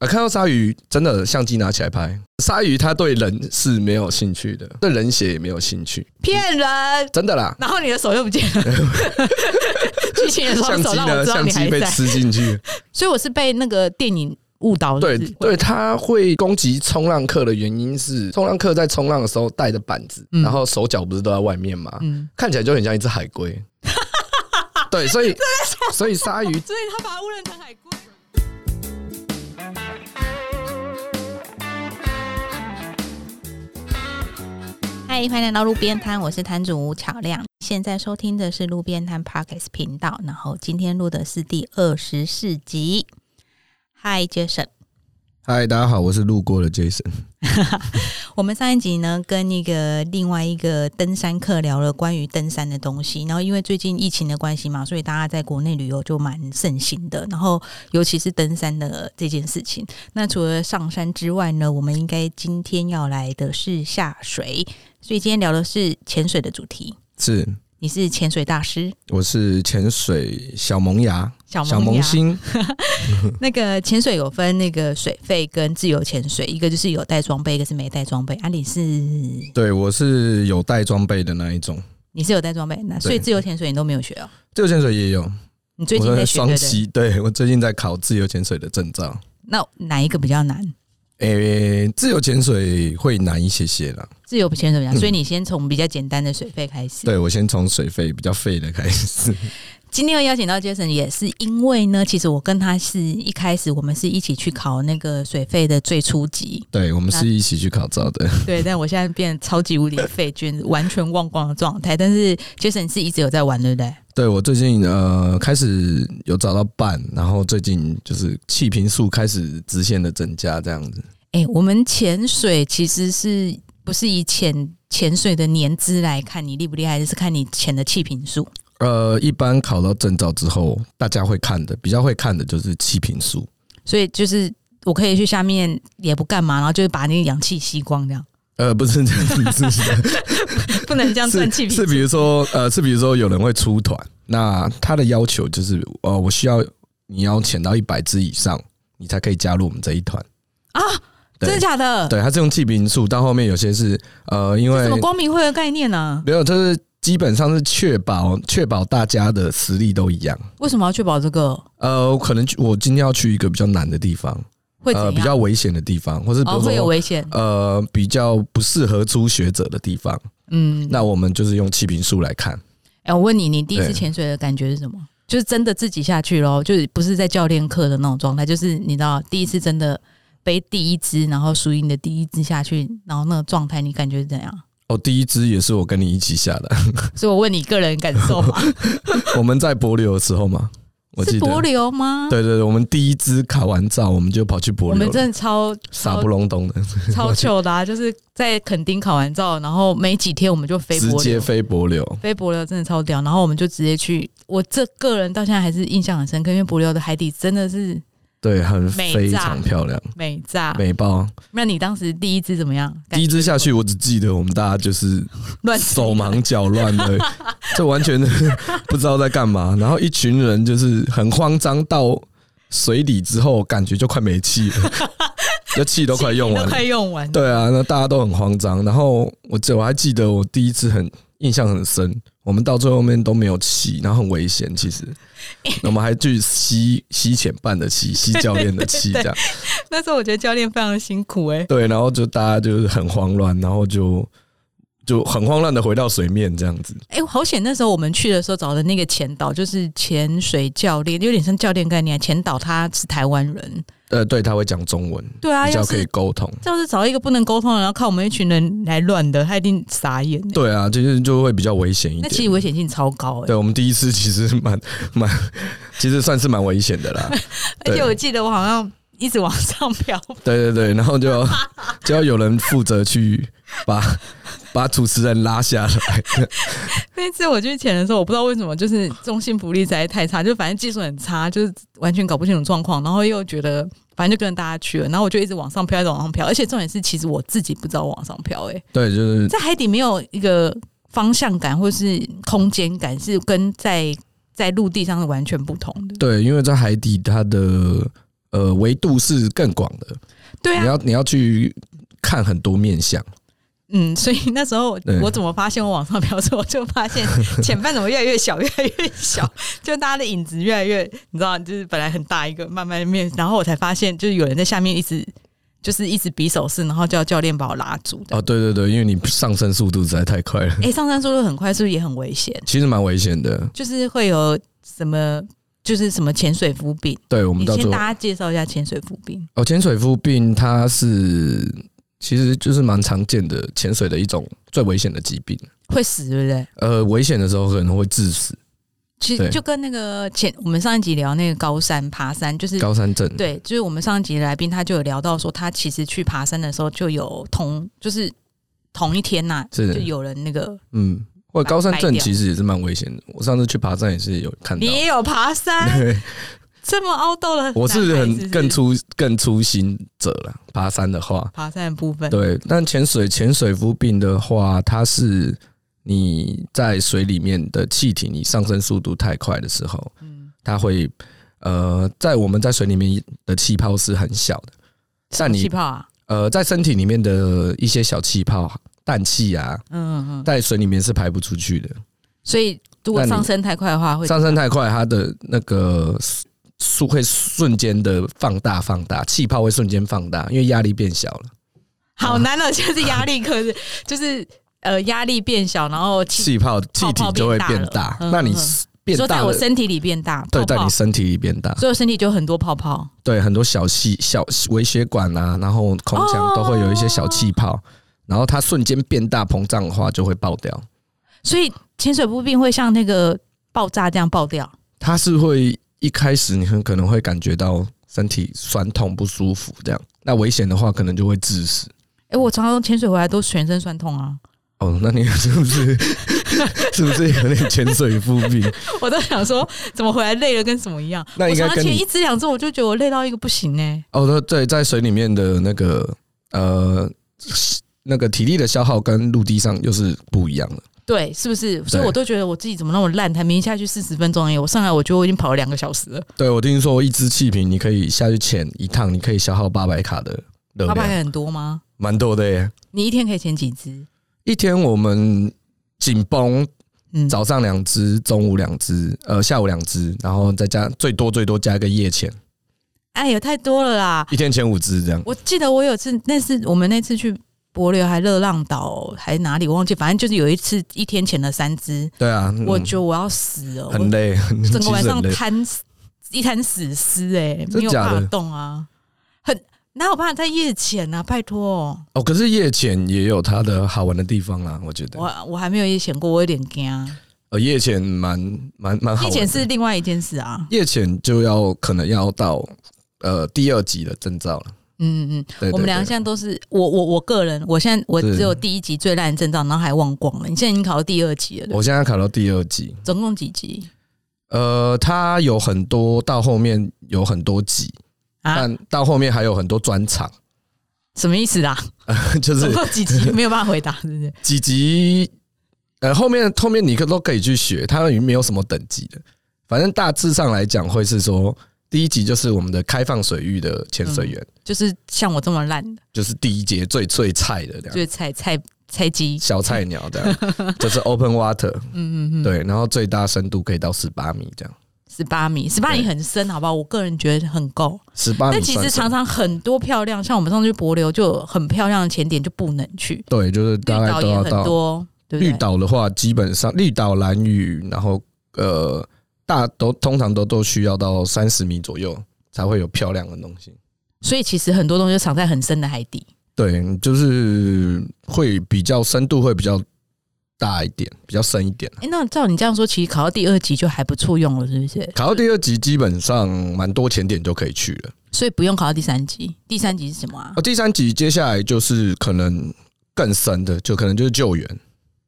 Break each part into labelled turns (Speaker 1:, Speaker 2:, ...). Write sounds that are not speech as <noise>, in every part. Speaker 1: 啊，看到鲨鱼真的相机拿起来拍。鲨鱼它对人是没有兴趣的，对人血也没有兴趣，
Speaker 2: 骗人。
Speaker 1: 真的啦。
Speaker 2: 然后你的手又不见
Speaker 1: <laughs>
Speaker 2: 了，举起你的
Speaker 1: 相
Speaker 2: 双手
Speaker 1: 机
Speaker 2: 让我
Speaker 1: 呢？
Speaker 2: 知道
Speaker 1: 相
Speaker 2: 你
Speaker 1: 机
Speaker 2: 还
Speaker 1: 被
Speaker 2: 在。
Speaker 1: 吃进
Speaker 2: <laughs>
Speaker 1: 去，
Speaker 2: 所以我是被那个电影误导
Speaker 1: 对
Speaker 2: 的。是不是
Speaker 1: 对，它会攻击冲浪客的原因是，冲浪客在冲浪的时候带着板子，
Speaker 2: 嗯
Speaker 1: 然后手脚不是都在外面嘛，
Speaker 2: 嗯，
Speaker 1: 看起来就很像一只海
Speaker 2: <laughs>
Speaker 1: 龟。对，所以所以鲨鱼
Speaker 2: 所以他把它误认成海龟。嗨，欢迎来到路边摊，我是摊主吴巧亮。现在收听的是路边摊 Podcast 频道，然后今天录的是第二十四集。嗨，Jason，
Speaker 1: <laughs> 嗨，大家好，我是路过的 Jason。
Speaker 2: 我们上一集呢，跟一个另外一个登山客聊了关于登山的东西，然后因为最近疫情的关系嘛，所以大家在国内旅游就蛮盛行的，然后尤其是登山的这件事情。那除了上山之外呢，我们应该今天要来的是下水，所以今天聊的是潜水的主题。
Speaker 1: 是，
Speaker 2: 你是潜水大师，
Speaker 1: 我是潜水小萌芽、
Speaker 2: 小萌
Speaker 1: 小萌
Speaker 2: 芽
Speaker 1: 新，
Speaker 2: 那个潜水有分那个水费跟自由潜水，一个就是有带装备，一个是没带装备。啊，你是
Speaker 1: 对我是有带装备的那一种，
Speaker 2: 你是有带装备，那所以自由潜水你都没有学哦。
Speaker 1: 自由潜水也有，
Speaker 2: 你最近
Speaker 1: 我
Speaker 2: 在
Speaker 1: 的
Speaker 2: 学对
Speaker 1: 双
Speaker 2: 不对
Speaker 1: 栖，对我最近在考自由潜水的证照。
Speaker 2: 那哪一个比较难？
Speaker 1: 诶、自由潜水会难一些些啦。
Speaker 2: 自由潜水比较，
Speaker 1: 嗯
Speaker 2: 所以你先从比较简单的水费开始。
Speaker 1: 对我先从水费比较费的开始。 <laughs>
Speaker 2: 今天要邀请到 Jason 也是因为呢，其实我跟他是一开始我们是一起去考那个水费的最初级，
Speaker 1: 对我们是一起去考照的，
Speaker 2: 对，但我现在变得超级无敌废倦，完全忘光的状态。但是 Jason 是一直有在玩，对不对？
Speaker 1: 对我最近呃开始有找到伴，然后最近就是气瓶数开始直线的增加这样子。
Speaker 2: 哎、我们潜水其实是不是以潜潜水的年资来看你厉不厉害，就是看你潜的气瓶数。
Speaker 1: 呃，一般考到证照之后，大家会看的，比较会看的就是气瓶数。
Speaker 2: 所以就是我可以去下面也不干嘛，然后就是把那个氧气吸光，这样 <laughs>
Speaker 1: 呃，不是这样子，是
Speaker 2: 不能这样
Speaker 1: 是
Speaker 2: 算气瓶
Speaker 1: 是比如说，呃，是比如说有人会出团，那他的要求就是，呃，我需要你要潜到一百只以上，你才可以加入我们这一团。
Speaker 2: 啊？
Speaker 1: 对
Speaker 2: 真的假的？
Speaker 1: 对，他是用气瓶数，到后面有些是，呃，因
Speaker 2: 嗯这什
Speaker 1: 为
Speaker 2: 么光明会的概念啊呢、
Speaker 1: 没有，就是基本上是确保确保大家的实力都一样。
Speaker 2: 为什么要确保这个
Speaker 1: 呃，可能去我今天要去一个比较难的地方，
Speaker 2: 会怎
Speaker 1: 呃，
Speaker 2: 样？
Speaker 1: 比较危险的地方，或是比
Speaker 2: 哦，
Speaker 1: 如
Speaker 2: 会有
Speaker 1: 说、
Speaker 2: 危险。
Speaker 1: 呃比较不适合初学者的地方，
Speaker 2: 嗯，哎、
Speaker 1: 那我们就是用气瓶数来看。
Speaker 2: 我问你，你第一次
Speaker 1: 对
Speaker 2: 潜水的感觉是什么？就是真的自己下去咯，就是不是在教练课的那种状态，就是你知道，第一次真的背第一只，然后属于你的第一只下去，然后那个状态你感觉是怎样？
Speaker 1: 哦，第一支也是我跟你一起下的，
Speaker 2: 所以我问你个人感受嘛，
Speaker 1: 我们在柏流的时候嘛， <laughs> 我
Speaker 2: 是
Speaker 1: 记得。
Speaker 2: 柏流吗？
Speaker 1: 对对对，我们第一支考完照，我们就跑去
Speaker 2: 我
Speaker 1: 柏
Speaker 2: 们
Speaker 1: 流了，
Speaker 2: 真的超
Speaker 1: 傻
Speaker 2: 超
Speaker 1: 不隆咚的，
Speaker 2: 超糗的、啊，就是在垦丁考完照，然后没几天我们就飞
Speaker 1: 直
Speaker 2: 柏
Speaker 1: 接
Speaker 2: 流，
Speaker 1: 飞柏流。
Speaker 2: 飞柏流真的超屌，然后我们就直接去。我这个人到现在还是印象很深刻，因为柏流的海底真的是
Speaker 1: 对，很
Speaker 2: 美
Speaker 1: 非
Speaker 2: 炸啊
Speaker 1: 常漂亮，
Speaker 2: 美炸。
Speaker 1: 美爆。
Speaker 2: 那你当时第一支怎么样？
Speaker 1: 第一支下去，我只记得我们大家就是 <laughs>
Speaker 2: 乱
Speaker 1: 手忙脚乱
Speaker 2: <laughs>
Speaker 1: 的，就完全 <laughs> 不知道在干嘛。然后一群人就是很慌张，到水里之后感觉就快没气
Speaker 2: <laughs>
Speaker 1: 了，就气都快用完了。
Speaker 2: 都快用完了。
Speaker 1: 对啊，那大家都很慌张。然后我记我还记得我第一次很印象很深，我们到最后面都没有骑，然后很危险。其
Speaker 2: <laughs>
Speaker 1: 实我们还去吸吸前半的
Speaker 2: <laughs>
Speaker 1: 气，吸教练的气，这样
Speaker 2: 那时候我觉得教练非常辛苦哎、
Speaker 1: 对。然后就大家就是很慌乱，然后就就很慌乱的回到水面这样子。
Speaker 2: 哎、好险！那时候我们去的时候找的那个前导就是潜水教练，有点像教练概念。前导他是台湾人，
Speaker 1: 呃，对，他会讲中文，
Speaker 2: 对啊，
Speaker 1: 比
Speaker 2: 要
Speaker 1: 较可以
Speaker 2: 是
Speaker 1: 沟通。
Speaker 2: 要是找一个不能沟通的，然后靠我们一群人来乱的，他一定傻眼、欸。
Speaker 1: 对啊，就是就会比较危险一
Speaker 2: 那其
Speaker 1: 点。
Speaker 2: 实危险性超高哎、
Speaker 1: 对我们第一次其实蛮蛮，其实算是蛮危险的啦。
Speaker 2: <laughs> 而且
Speaker 1: 对
Speaker 2: 我记得我好像一直往上飘， <laughs>
Speaker 1: 对对对，然后就要就要有人负责去把把主持人拉下
Speaker 2: <laughs>
Speaker 1: 来。
Speaker 2: 那次我去潜的时候，我不知道为什么，就是中心浮力实在太差，就反正技术很差，就是完全搞不清楚状况，然后又觉得反正就跟着大家去了，然后我就一直往上飘，一直往上飘，而且重点是，其实我自己不知道往上飘，哎，
Speaker 1: 对，就是
Speaker 2: 在海底没有一个方向感或是空间感，是跟在在陆地上是完全不同的。
Speaker 1: 对，因为在海底它的呃维度是更广的，
Speaker 2: 对
Speaker 1: 你
Speaker 2: 啊，
Speaker 1: 要你要去看很多面相。
Speaker 2: 嗯，所以那时候
Speaker 1: 对
Speaker 2: 我怎么发现我往上飘的时候，我就
Speaker 1: <laughs>
Speaker 2: 发现前半怎么越来越小，越来越小，就大家的影子越来越，你知道，就是本来很大一个，慢慢面，然后我才发现，就是有人在下面一直就是一直比手势，然后叫教练把我拉住的。
Speaker 1: 哦，对对对，因为你上升速度实在太快
Speaker 2: <laughs>
Speaker 1: 了，
Speaker 2: 哎、上山速度很快，是不是也很危险？
Speaker 1: 其实蛮危险的。
Speaker 2: 就是会有什么，就是什么潜水夫病。
Speaker 1: 对，我们
Speaker 2: 你
Speaker 1: 到最
Speaker 2: 先
Speaker 1: 后
Speaker 2: 大家介绍一下潜水夫病。
Speaker 1: 哦，潜水夫病它是其实就是蛮常见的潜水的一种最危险的疾病。
Speaker 2: 会死，对不对？
Speaker 1: 呃，危险的时候可能会致死，
Speaker 2: 其
Speaker 1: 对
Speaker 2: 实就跟那个前我们上一集聊那个高山爬山，就是
Speaker 1: 高山症。
Speaker 2: 对，就是我们上一集的来宾他就有聊到说，他其实去爬山的时候就有同就是同一天呐、
Speaker 1: 是
Speaker 2: 就有人那个
Speaker 1: 嗯，或者高山
Speaker 2: 白
Speaker 1: 症
Speaker 2: 掉
Speaker 1: 其实也是蛮危险的。我上次去爬山也是有看到
Speaker 2: 你，也有爬山，
Speaker 1: <laughs> 对，
Speaker 2: 这么凹豆的男孩，
Speaker 1: 我是
Speaker 2: 不
Speaker 1: 很更粗更粗心者了。爬山的
Speaker 2: <laughs>
Speaker 1: 话，
Speaker 2: 爬山的部分，
Speaker 1: 对，但潜水潜水夫病的话，它是你在水里面的气体你上升速度太快的时候，
Speaker 2: 嗯，
Speaker 1: 它会呃，在我们在水里面的气泡是很小的，但
Speaker 2: 气
Speaker 1: 你
Speaker 2: 泡啊，
Speaker 1: 呃在身体里面的一些小气泡、氮气啊，
Speaker 2: 嗯嗯嗯，
Speaker 1: 在水里面是排不出去的。
Speaker 2: 所以如果
Speaker 1: 那你
Speaker 2: 上升太快的话，会
Speaker 1: 上升太快，它的那个速会瞬间的放大放大，气泡会瞬间放大，因为压力变小了，啊
Speaker 2: 好难哦，就是压力
Speaker 1: <laughs>
Speaker 2: 可是就是呃压力变小，然后气
Speaker 1: 气泡气体就会变
Speaker 2: 泡泡变大了嗯
Speaker 1: 那你
Speaker 2: 嗯你
Speaker 1: 变
Speaker 2: 说在
Speaker 1: 大
Speaker 2: 我
Speaker 1: 了，
Speaker 2: 身体里变大，
Speaker 1: 对，
Speaker 2: 泡嗯
Speaker 1: 在
Speaker 2: 泡
Speaker 1: 你身体里变大，
Speaker 2: 所以我身体就很多泡泡，
Speaker 1: 对，很多小气小微血管啊，然后口腔都会有一些
Speaker 2: 哦
Speaker 1: 小气泡，然后它瞬间变大膨胀的话就会爆掉，
Speaker 2: 所以潜水步病会像那个爆炸这样爆掉。
Speaker 1: 它是会一开始你很可能会感觉到身体酸痛不舒服这样，那危险的话可能就会致死。
Speaker 2: 哎、我常常潜水回来都全身酸痛啊！
Speaker 1: 哦，那你是不是 <laughs> 是不是有点潜水夫病？
Speaker 2: <laughs> 我都想说，怎么回来累了跟什么一样？
Speaker 1: 那应该
Speaker 2: 我常常
Speaker 1: 跟
Speaker 2: 潜
Speaker 1: 你
Speaker 2: 一只两只，我就觉得我累到一个不行呢、欸
Speaker 1: 哦，对对，在水里面的那个呃那个体力的消耗跟陆地上又是不一样的。
Speaker 2: 对，是不是？所以我都觉得我自己怎么那么烂，才明明下去四十分钟而欸已，我上来我觉得我已经跑了两个小时了，
Speaker 1: 对我听说一支气瓶你可以下去潜一趟，你可以消耗八百卡的热
Speaker 2: 八百
Speaker 1: 量，
Speaker 2: 很多吗？
Speaker 1: 蛮多的耶。
Speaker 2: 你一天可以潜几只？
Speaker 1: 一天我们紧绷
Speaker 2: 嗯，
Speaker 1: 早上两只，中午两只，呃下午两只，然后再加最多最多加一个夜潜，
Speaker 2: 哎，也太多了啦！
Speaker 1: 一天潜五只这样。
Speaker 2: 我记得我有次，那次我们那次去帛琉还热浪岛还哪里，我忘记，反正就是有一次一天潜了三只，
Speaker 1: 对啊，嗯
Speaker 2: 我觉得我要死了，
Speaker 1: 很
Speaker 2: 我
Speaker 1: 累，很
Speaker 2: <laughs> 整个晚
Speaker 1: 其实
Speaker 2: 上
Speaker 1: 很累
Speaker 2: 瘫死一滩死尸，哎，
Speaker 1: 真
Speaker 2: 没有
Speaker 1: 假
Speaker 2: 办
Speaker 1: 的
Speaker 2: 法动啊，很哪有办法在夜潜啊？拜托哦，
Speaker 1: 哦，可是夜潜也有它的好玩的地方啦，我觉得。
Speaker 2: 我我还没有夜潜过，我有点惊啊。
Speaker 1: 呃，夜潜蛮蛮蛮好
Speaker 2: 夜
Speaker 1: 玩的。
Speaker 2: 潜是另外一件事啊，
Speaker 1: 夜潜就要可能要到呃第二级的证照了。
Speaker 2: 嗯嗯嗯。
Speaker 1: 对对
Speaker 2: 我们俩
Speaker 1: 对
Speaker 2: 现在都是我我我个人，我现在我
Speaker 1: 是
Speaker 2: 只有第一集最烂的证照，然后还忘光了。你现在已经考到第二级了，对不对
Speaker 1: 我现在考到第二级，
Speaker 2: 总共几级
Speaker 1: 呃，它有很多到后面有很多级，
Speaker 2: 啊？
Speaker 1: 但到后面还有很多专场， <laughs>
Speaker 2: 什么意思啦？
Speaker 1: 就
Speaker 2: 总
Speaker 1: 是
Speaker 2: 共
Speaker 1: <laughs>
Speaker 2: 几级？没有办法回答，是不是？
Speaker 1: 几级。呃，后面后面你可都可以去学，它也没有什么等级的。反正大致上来讲，会是说第一级就是我们的开放水域的潜
Speaker 2: 嗯
Speaker 1: 水员，
Speaker 2: 就是像我这么烂的，
Speaker 1: 就是第一节最最菜的这样。
Speaker 2: 就是菜菜菜鸡，
Speaker 1: 小菜鸟这
Speaker 2: <laughs>
Speaker 1: 样，就是 open water，
Speaker 2: 嗯嗯嗯，
Speaker 1: 对，然后最大深度可以到十八米这样，
Speaker 2: 十八米，十八米很深，好不好？我个人觉得很够，
Speaker 1: 十八米
Speaker 2: 但其
Speaker 1: 算
Speaker 2: 实
Speaker 1: 深
Speaker 2: 常常很多漂亮，像我们上次去帛琉就有很漂亮的潜点就不能去，
Speaker 1: 对，就是
Speaker 2: 绿
Speaker 1: 大概
Speaker 2: 岛
Speaker 1: 都
Speaker 2: 也
Speaker 1: 要
Speaker 2: 很
Speaker 1: 到
Speaker 2: 多，对不
Speaker 1: 绿
Speaker 2: 对？
Speaker 1: 岛的话，基本上绿岛、蓝屿，然后呃，大都通常都都需要到三十米左右才会有漂亮的东西。
Speaker 2: 所以其实很多东西就藏在很深的海底。
Speaker 1: 对，就是会比较深度会比较大一点，比较深一点。
Speaker 2: 哎、那照你这样说，其实考到第二级就还不错用了，是不是？
Speaker 1: 考到第二级基本上蛮多潜点就可以去了。
Speaker 2: 所以不用考到第三级。第三级是什么啊
Speaker 1: 哦，？第三集接下来就是可能更深的，就可能就是救援，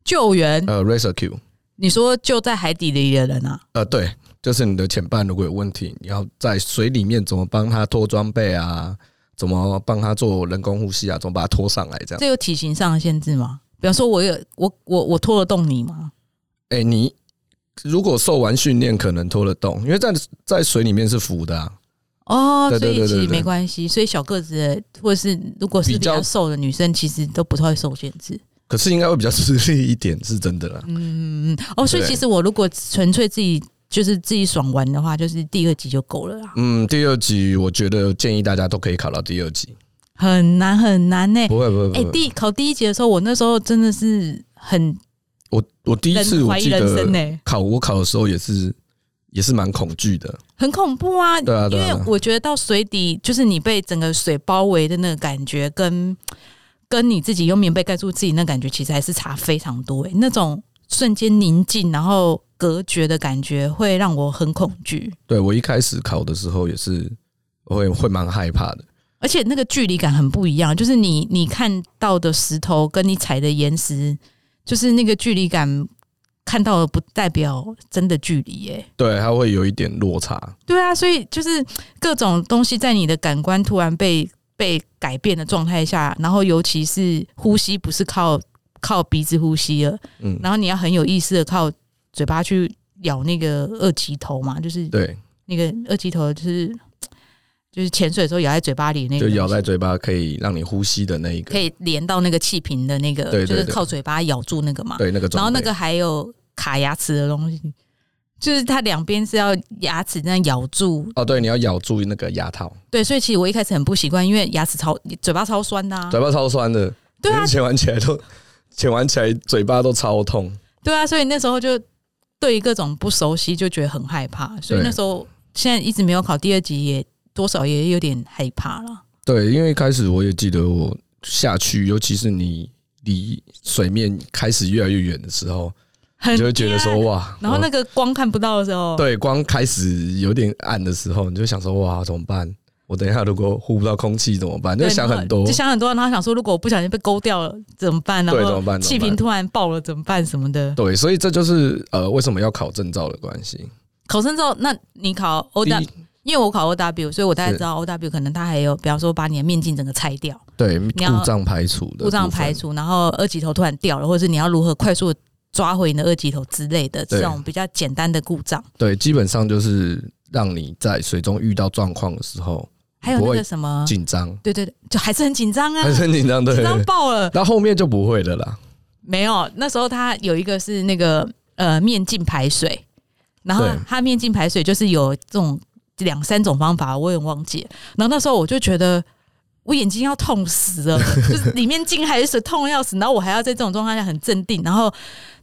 Speaker 2: 救援。
Speaker 1: 呃，rescue，
Speaker 2: 你说救在海底里的人啊？
Speaker 1: 呃，对，就是你的潜伴如果有问题，你要在水里面怎么帮他脱装备啊，怎么帮他做人工呼吸啊，怎么把他拖上来这样。
Speaker 2: 这有体型上的限制吗？比方说我有我我我拖得动你吗？
Speaker 1: 哎、你如果受完训练，可能拖得动，因为在在水里面是浮的啊，
Speaker 2: 哦，
Speaker 1: 对
Speaker 2: 所
Speaker 1: 对
Speaker 2: 以
Speaker 1: 对
Speaker 2: 其
Speaker 1: 对
Speaker 2: 实
Speaker 1: 对
Speaker 2: 没关系，所以小个子的或者是如果是比
Speaker 1: 比较
Speaker 2: 较瘦的女生，其实都不太会受限制。
Speaker 1: 可是应该会比较吃力一点，是真的啦。
Speaker 2: 嗯嗯嗯，哦，所以
Speaker 1: 对
Speaker 2: 其实我如果纯粹自己就是自己爽玩的话，就是第二集就够了啦，
Speaker 1: 嗯，第二集我觉得建议大家都可以考到第二集，
Speaker 2: 很难很难呢、
Speaker 1: 不会不会呃
Speaker 2: 哎、
Speaker 1: 不会。
Speaker 2: 第考第一集的时候，我那时候真的是很
Speaker 1: 我我第一次
Speaker 2: 人
Speaker 1: 我
Speaker 2: 怀疑
Speaker 1: 记
Speaker 2: 人生呢、
Speaker 1: 得考我考的时候也是也是蛮恐惧的，
Speaker 2: 很恐怖啊！
Speaker 1: 对啊对啊
Speaker 2: 因
Speaker 1: 对
Speaker 2: 为
Speaker 1: 啊。
Speaker 2: 我觉得到水底，就是你被整个水包围的那个感觉，跟跟你自己用棉被盖住自己那感觉，其实还是差非常多、欸。那种瞬间宁静，然后隔绝的感觉，会让我很恐惧，
Speaker 1: 对我一开始考的时候也是会会蛮害怕的，
Speaker 2: 而且那个距离感很不一样。就是你你看到的石头，跟你踩的岩石，就是那个距离感，看到的不代表真的距离、欸，
Speaker 1: 对，它会有一点落差。
Speaker 2: 对啊，所以就是各种东西在你的感官突然被被改变的状态下，然后尤其是呼吸不是靠靠鼻子呼吸了，
Speaker 1: 嗯，
Speaker 2: 然后你要很有意识的靠嘴巴去咬那个二级头嘛，就是
Speaker 1: 对，
Speaker 2: 那个二级头就是就是潜水的时候咬在嘴巴里那个
Speaker 1: 就
Speaker 2: 东西，
Speaker 1: 咬在嘴巴可以让你呼吸的那一
Speaker 2: 可
Speaker 1: 个，
Speaker 2: 以连到那个气瓶的那个，
Speaker 1: 对对
Speaker 2: 就是
Speaker 1: 对
Speaker 2: 靠嘴巴咬住那个嘛。
Speaker 1: 对那个
Speaker 2: 然后
Speaker 1: 装
Speaker 2: 那
Speaker 1: 备。
Speaker 2: 个还有卡牙齿的东西，就是它两边是要牙齿这样咬住
Speaker 1: 哦，对，你要咬住那个牙套，
Speaker 2: 对，所以其实我一开始很不习惯，因为牙齿超嘴巴超酸的、啊。
Speaker 1: 嘴巴超酸的，
Speaker 2: 对
Speaker 1: <laughs>
Speaker 2: 啊，
Speaker 1: 剪完起来都剪完起来嘴巴都超痛。
Speaker 2: 对啊，所以那时候就对于各种不熟悉就觉得很害怕，所以
Speaker 1: 对
Speaker 2: 那时候现在一直没有考第二级也，多少也有点害怕了。
Speaker 1: 对，因为一开始我也记得我下去，尤其是你离水面开始越来越远的时候，
Speaker 2: 很
Speaker 1: 你就会觉得
Speaker 2: 黑
Speaker 1: 说
Speaker 2: 暗，
Speaker 1: 哇，
Speaker 2: 然后那
Speaker 1: 我
Speaker 2: 个光看不到的时
Speaker 1: <laughs>
Speaker 2: 候，
Speaker 1: 对光开始有点暗的时候，你就想说哇怎么办？我等一下如果呼不到空气怎么办？就
Speaker 2: 对，
Speaker 1: 会想
Speaker 2: 然后
Speaker 1: 很多
Speaker 2: 就，想很多，然后想说如果我不小心被勾掉了怎么办？然
Speaker 1: 对，怎么
Speaker 2: 后
Speaker 1: 办？怎
Speaker 2: 气
Speaker 1: 么
Speaker 2: 瓶
Speaker 1: 办？
Speaker 2: 突然爆了怎么办？什么的。
Speaker 1: 对，所以这就是呃为什么要考证照的关系。
Speaker 2: 考生之后，那你考 O
Speaker 1: 第
Speaker 2: W，
Speaker 1: 一，
Speaker 2: 因为我考 O W，所以我大概
Speaker 1: 是
Speaker 2: 知道 O W 可能它还有，比方说把你的面镜整个拆掉。
Speaker 1: 对
Speaker 2: 要
Speaker 1: 故障排除的
Speaker 2: 故障
Speaker 1: 部分
Speaker 2: 排除，然后二级头突然掉了，或者是你要如何快速地抓回你的二级头之类的这
Speaker 1: 对
Speaker 2: 种比较简单的故障，
Speaker 1: 对，基本上就是让你在水中遇到状况的时候
Speaker 2: 还有那
Speaker 1: 不
Speaker 2: 个
Speaker 1: 会
Speaker 2: 什么，
Speaker 1: 紧张，
Speaker 2: 对对对，就还是很紧嗯张啊，
Speaker 1: 还是 <laughs> 很紧张，对
Speaker 2: 紧。张爆了。
Speaker 1: 那后面就不会了啦。
Speaker 2: 没有，那时候他有一个是那个呃面镜排水，然后
Speaker 1: 对
Speaker 2: 他面镜排水就是有这种两三种方法，我也忘记了。然后那时候我就觉得。我眼睛要痛死了， <laughs> 就是里面进海水痛得要死，然后我还要在这种状态下很镇定，然后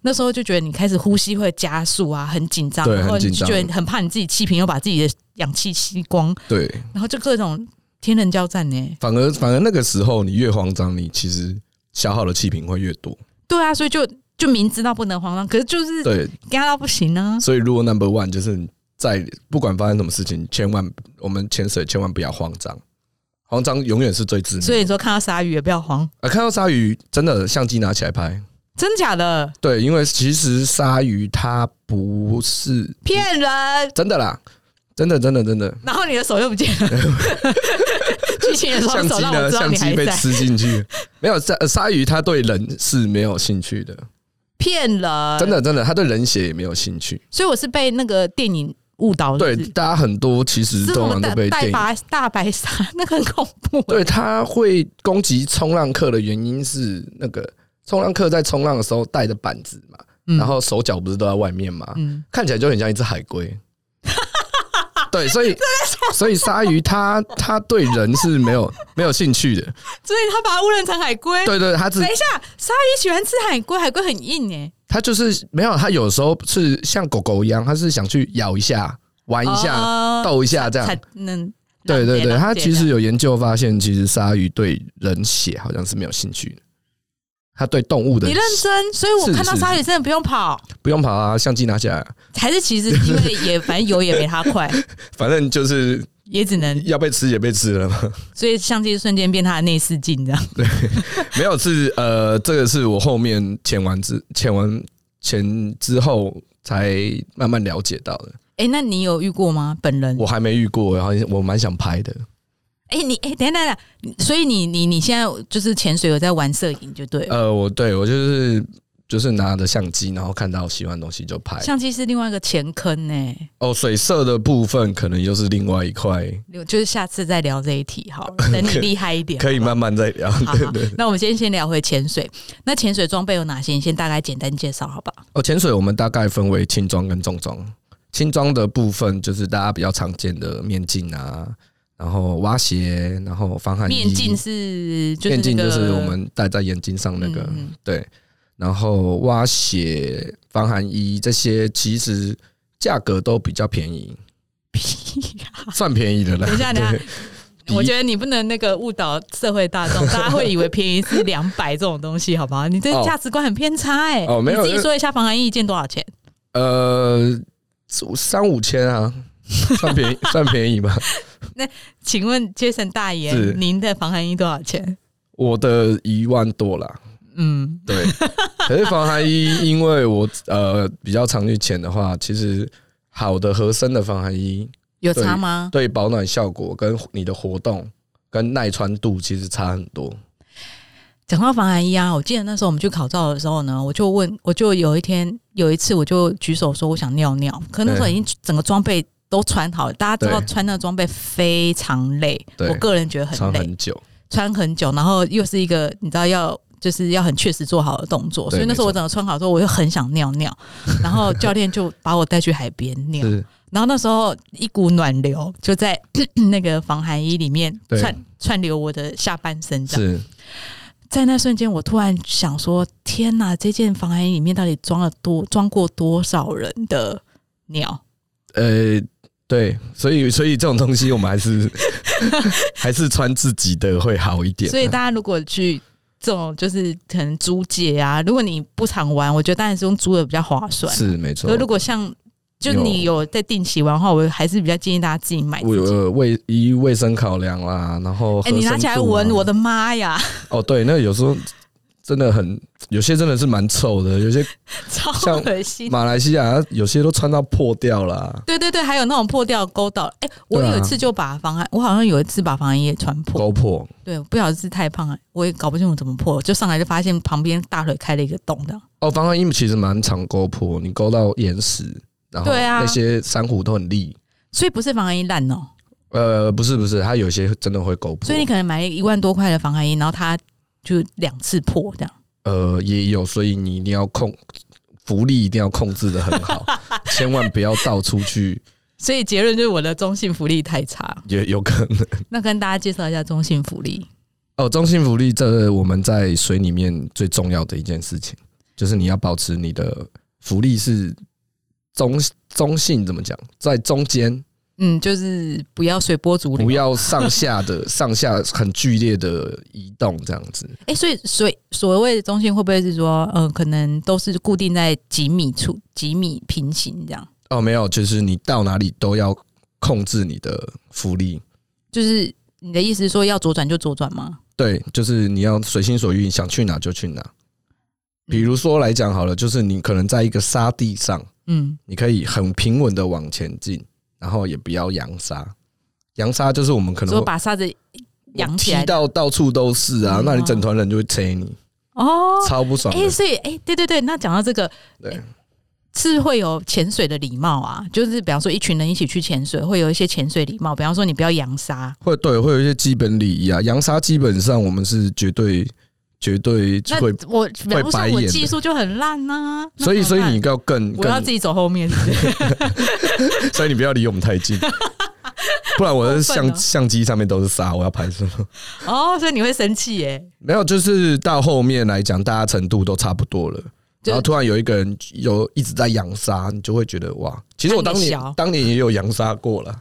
Speaker 2: 那时候就觉得你开始呼吸会加速啊，很紧张，
Speaker 1: 对
Speaker 2: 然后
Speaker 1: 很
Speaker 2: 你
Speaker 1: 紧
Speaker 2: 就
Speaker 1: 张
Speaker 2: 觉得很怕你自己气瓶又把自己的氧气吸光，
Speaker 1: 对，
Speaker 2: 然后就各种天人交战呢、欸
Speaker 1: 反而反而那个时候你越慌张，你其实消耗的气瓶会越多。
Speaker 2: 对啊，所以就就明知道不能慌张，可是就是
Speaker 1: 对，
Speaker 2: 压到不行啊呢、
Speaker 1: 所以如果 number one 就是你在不管发生什么事情，千万我们潜水千万不要慌张，慌张永远是最致
Speaker 2: 所
Speaker 1: 命。
Speaker 2: 以你说看到鲨鱼也不要慌，
Speaker 1: 啊，看到鲨鱼真的相机拿起来拍，
Speaker 2: 真假的
Speaker 1: 对，因为其实鲨鱼它不是
Speaker 2: 骗人。
Speaker 1: 真的啦，真的真的真
Speaker 2: <laughs>
Speaker 1: 的。
Speaker 2: 然后你的手又不见
Speaker 1: <laughs>
Speaker 2: 了，剧情的
Speaker 1: 相
Speaker 2: 双手
Speaker 1: 机
Speaker 2: 让我
Speaker 1: 呢？
Speaker 2: 知道
Speaker 1: 相
Speaker 2: 你
Speaker 1: 机
Speaker 2: 还
Speaker 1: 被
Speaker 2: 在
Speaker 1: 吃进去，没有鲨呃鲨鱼，它对人是没有兴趣的，
Speaker 2: 骗人，
Speaker 1: 真。的真的，它对人血也没有兴趣。
Speaker 2: 所以我是被那个电影误导的，
Speaker 1: 对，大家很多其实
Speaker 2: 是
Speaker 1: 通
Speaker 2: 我
Speaker 1: 常
Speaker 2: 们
Speaker 1: 都
Speaker 2: 大
Speaker 1: 被
Speaker 2: 大
Speaker 1: 电影，
Speaker 2: 白大白鲨， <laughs> 那个很恐怖。
Speaker 1: 对，它会攻击冲浪客的原因是那个冲浪客在冲浪的时候带着板子嘛，
Speaker 2: 嗯
Speaker 1: 然后手脚不是都在外面嘛，
Speaker 2: 嗯，
Speaker 1: 看起来就很像一只海
Speaker 2: <laughs>
Speaker 1: 龟。对，所以所以鲨鱼它它对人是没有没有兴趣的，
Speaker 2: 所以他把它误认成海龟。
Speaker 1: 对对，它只
Speaker 2: 等一下，鲨鱼喜欢吃海龟，海龟很硬哎、
Speaker 1: 它就是没有，它有时候是像狗狗一样，它是想去咬一下、玩一下、
Speaker 2: 哦
Speaker 1: 逗一下这样
Speaker 2: 才。能。
Speaker 1: 对对对，
Speaker 2: 了解
Speaker 1: 它其
Speaker 2: 了
Speaker 1: 实
Speaker 2: 解
Speaker 1: 有研究发现，其实鲨鱼对人血好像是没有兴趣的，它对动物的
Speaker 2: 你认真，所以我
Speaker 1: 是
Speaker 2: 看到
Speaker 1: 是
Speaker 2: 鲨鱼真的不用跑，
Speaker 1: 不用跑啊，相机拿起来，
Speaker 2: 还是其实因为也反正游也没它快，
Speaker 1: 反正就是
Speaker 2: 也只能
Speaker 1: 要被吃也被吃了嘛。 <laughs>
Speaker 2: 所以相机瞬间变他的内视镜这 <laughs> 样。
Speaker 1: 没有是呃，这个是我后面潜完之潜完潜之后才慢慢了解到的，
Speaker 2: 哎、那你有遇过吗？本人？
Speaker 1: 我还没遇过，然后我蛮想拍的。
Speaker 2: 哎、你哎、等一下等一下等一下，所以你你你现在就是潜水有在玩摄影就对了。
Speaker 1: 呃，我对我就是就是拿着相机，然后看到喜欢的东西就拍。
Speaker 2: 相机是另外一个钱坑呢、
Speaker 1: 哦，水色的部分可能又是另外一块，
Speaker 2: 就是下次再聊这一题好
Speaker 1: <laughs>
Speaker 2: 了，等你厉害一点。
Speaker 1: 可以慢慢再聊。<laughs>
Speaker 2: 好好，那我们先先聊回潜水。那潜水装备有哪些？你先大概简单介绍，好不好？
Speaker 1: 哦，潜水我们大概分为轻装跟重装。轻装的部分就是大家比较常见的面镜啊，然后蛙鞋，然后防寒衣。
Speaker 2: 面镜是就是、
Speaker 1: 啊
Speaker 2: 那
Speaker 1: 面镜
Speaker 2: 个
Speaker 1: 就是我们戴在眼睛上那个，
Speaker 2: 嗯嗯
Speaker 1: 对。然后蛙鞋、防寒衣这些其实价格都比较便宜，<laughs>
Speaker 2: 嗯
Speaker 1: 算便宜的了。
Speaker 2: 哦等一下，等一
Speaker 1: 对
Speaker 2: 下。我觉得你不能那个误导社会大
Speaker 1: <laughs>
Speaker 2: 众，大家会以为便宜是两百这种东西，好不好？你这
Speaker 1: 哦
Speaker 2: 价值观很偏差哎、
Speaker 1: 哦没有
Speaker 2: 你自
Speaker 1: 因
Speaker 2: 己
Speaker 1: 为
Speaker 2: 说一下防寒衣一件多少钱？
Speaker 1: <laughs> 呃，三五千啊，算便宜算便宜吧。
Speaker 2: 请问 Jason 大爷
Speaker 1: 是，
Speaker 2: 您的防寒衣多少钱？
Speaker 1: 我的一万多啦，
Speaker 2: 嗯，
Speaker 1: 对。 <laughs> 可是防寒衣，因为我呃比较常去潜的话，其实好的合身的防寒衣
Speaker 2: 有
Speaker 1: 对
Speaker 2: 差吗？
Speaker 1: 对保暖效果跟你的活动跟耐穿度其实差很多。
Speaker 2: 讲到防寒衣啊，我记得那时候我们去考照的时候呢，我就问，我就有一天有一次我就举手说我想尿尿，可那时候已经整个装备都穿好了，大家知道
Speaker 1: 对
Speaker 2: 穿那个装备非常累，
Speaker 1: 对
Speaker 2: 我个人觉得很
Speaker 1: 穿
Speaker 2: 累，
Speaker 1: 很久，
Speaker 2: 穿很久，然后又是一个你知道要就是要很确实做好的动作，
Speaker 1: 对
Speaker 2: 所以那时候我整个穿好之后，我又很想尿
Speaker 1: <laughs>
Speaker 2: 尿，然后教练就把我带去海边尿，
Speaker 1: 是
Speaker 2: 然后那时候一股暖流就在 <coughs> 那个防寒衣里面
Speaker 1: 对
Speaker 2: 串串流我的下半身，这样。
Speaker 1: 是，
Speaker 2: 在那瞬间，我突然想说：天哪，这件防寒衣里面到底装了多装过多少人的尿？
Speaker 1: 呃，对，所以所以这种东西我们还
Speaker 2: <laughs>
Speaker 1: 是还是穿自己的会好一点啊。
Speaker 2: 所以大家如果去这种就是可能租借啊，如果你不常玩，我觉得当然是用租的比较划算。
Speaker 1: 是没错
Speaker 2: 可。如果像就你有在定期玩的话，我还是比较建议大家自己买
Speaker 1: 我
Speaker 2: 自己。
Speaker 1: 有卫以卫生考量啦，然后
Speaker 2: 哎、你拿起来闻，我的妈
Speaker 1: <laughs>
Speaker 2: 呀，
Speaker 1: 啊哦，对，那有时候真的很有些真的是蛮臭的，有些
Speaker 2: 超
Speaker 1: 像
Speaker 2: 恶心！
Speaker 1: 马来西亚有些都穿到破掉啦，
Speaker 2: 对对对，还有那种破掉勾到，哎、我
Speaker 1: 对啊
Speaker 2: 有一次就把防寒，我好像有一次把防寒衣也穿破，
Speaker 1: 勾破。
Speaker 2: 对，不晓得是太胖了，我也搞不清楚怎么破，就上来就发现旁边大腿开了一个洞的。
Speaker 1: 哦，防寒衣其实蛮常勾破，你勾到岩石，然后
Speaker 2: 对啊
Speaker 1: 那些珊瑚都很利。
Speaker 2: 所以不是防寒衣烂哦，
Speaker 1: 呃，不是不是，它有些真的会勾破
Speaker 2: 所以，你可能买了一万多块的防寒衣，然后它就两次破这样。
Speaker 1: 呃，也有，所以你一定要控，浮力一定要控制的很
Speaker 2: <laughs>
Speaker 1: 好，千万不要到处去，
Speaker 2: 所以结论就是我的中性福利太差。
Speaker 1: 也有可能。
Speaker 2: 那跟大家介绍一下中性福利，
Speaker 1: 哦，中性浮力，这我们在水里面最重要的一件事情，就是你要保持你的浮力是中中性，怎么讲，在中间，
Speaker 2: 嗯，就是不哦要随波逐流。
Speaker 1: 不要上下
Speaker 2: <laughs>
Speaker 1: 的上下很剧烈的移动，这样子。
Speaker 2: 哎、所以所以所谓的中性会不会是说，嗯、可能都是固定在几米处、几米平行这样？
Speaker 1: 哦，没有，就是你到哪里都要控制你的浮力，
Speaker 2: 就是你的意思是说要左转就左转吗？
Speaker 1: 对，就是你要随心所欲，想去哪就去哪。比如说来讲好了，就是你可能在一个沙地上，
Speaker 2: 嗯，
Speaker 1: 你可以很平稳的往前进，然后也不要扬沙。扬沙就是我们可能
Speaker 2: 说
Speaker 1: 会
Speaker 2: 把沙子扬起
Speaker 1: 踢
Speaker 2: 来
Speaker 1: 到到处都是啊
Speaker 2: 嗯，
Speaker 1: 那你整团人就会催你，
Speaker 2: 哦，
Speaker 1: 超不爽
Speaker 2: 哎、
Speaker 1: 的。
Speaker 2: 所以哎、诶对对对，那讲到这个，
Speaker 1: 对
Speaker 2: 是会有潜水的礼貌啊，就是比方说一群人一起去潜水，会有一些潜水礼貌，比方说你不要扬沙。
Speaker 1: 会对会有一些基本礼仪啊，扬沙基本上我们是绝对绝对
Speaker 2: 那
Speaker 1: 会，
Speaker 2: 我比方说
Speaker 1: 白眼
Speaker 2: 我
Speaker 1: 的
Speaker 2: 技术就很烂呐、那
Speaker 1: 所以
Speaker 2: 怎
Speaker 1: 所
Speaker 2: 么
Speaker 1: 以
Speaker 2: 办
Speaker 1: 你要更
Speaker 2: 我要
Speaker 1: 更
Speaker 2: 自，己走后面是不是
Speaker 1: 所以你不要离我们太
Speaker 2: <laughs>
Speaker 1: 近，不然我的
Speaker 2: 过分了
Speaker 1: 相相机上面都是沙，我要拍什么？
Speaker 2: 哦，所以你会生气耶、
Speaker 1: 没有，就是到后面来讲，大家程度都差不多了。
Speaker 2: 就
Speaker 1: 然后突然有一个人有一直在扬沙，你就会觉得哇，其实我
Speaker 2: 看
Speaker 1: 当
Speaker 2: 你
Speaker 1: 年
Speaker 2: 小
Speaker 1: 当年也有扬沙过了，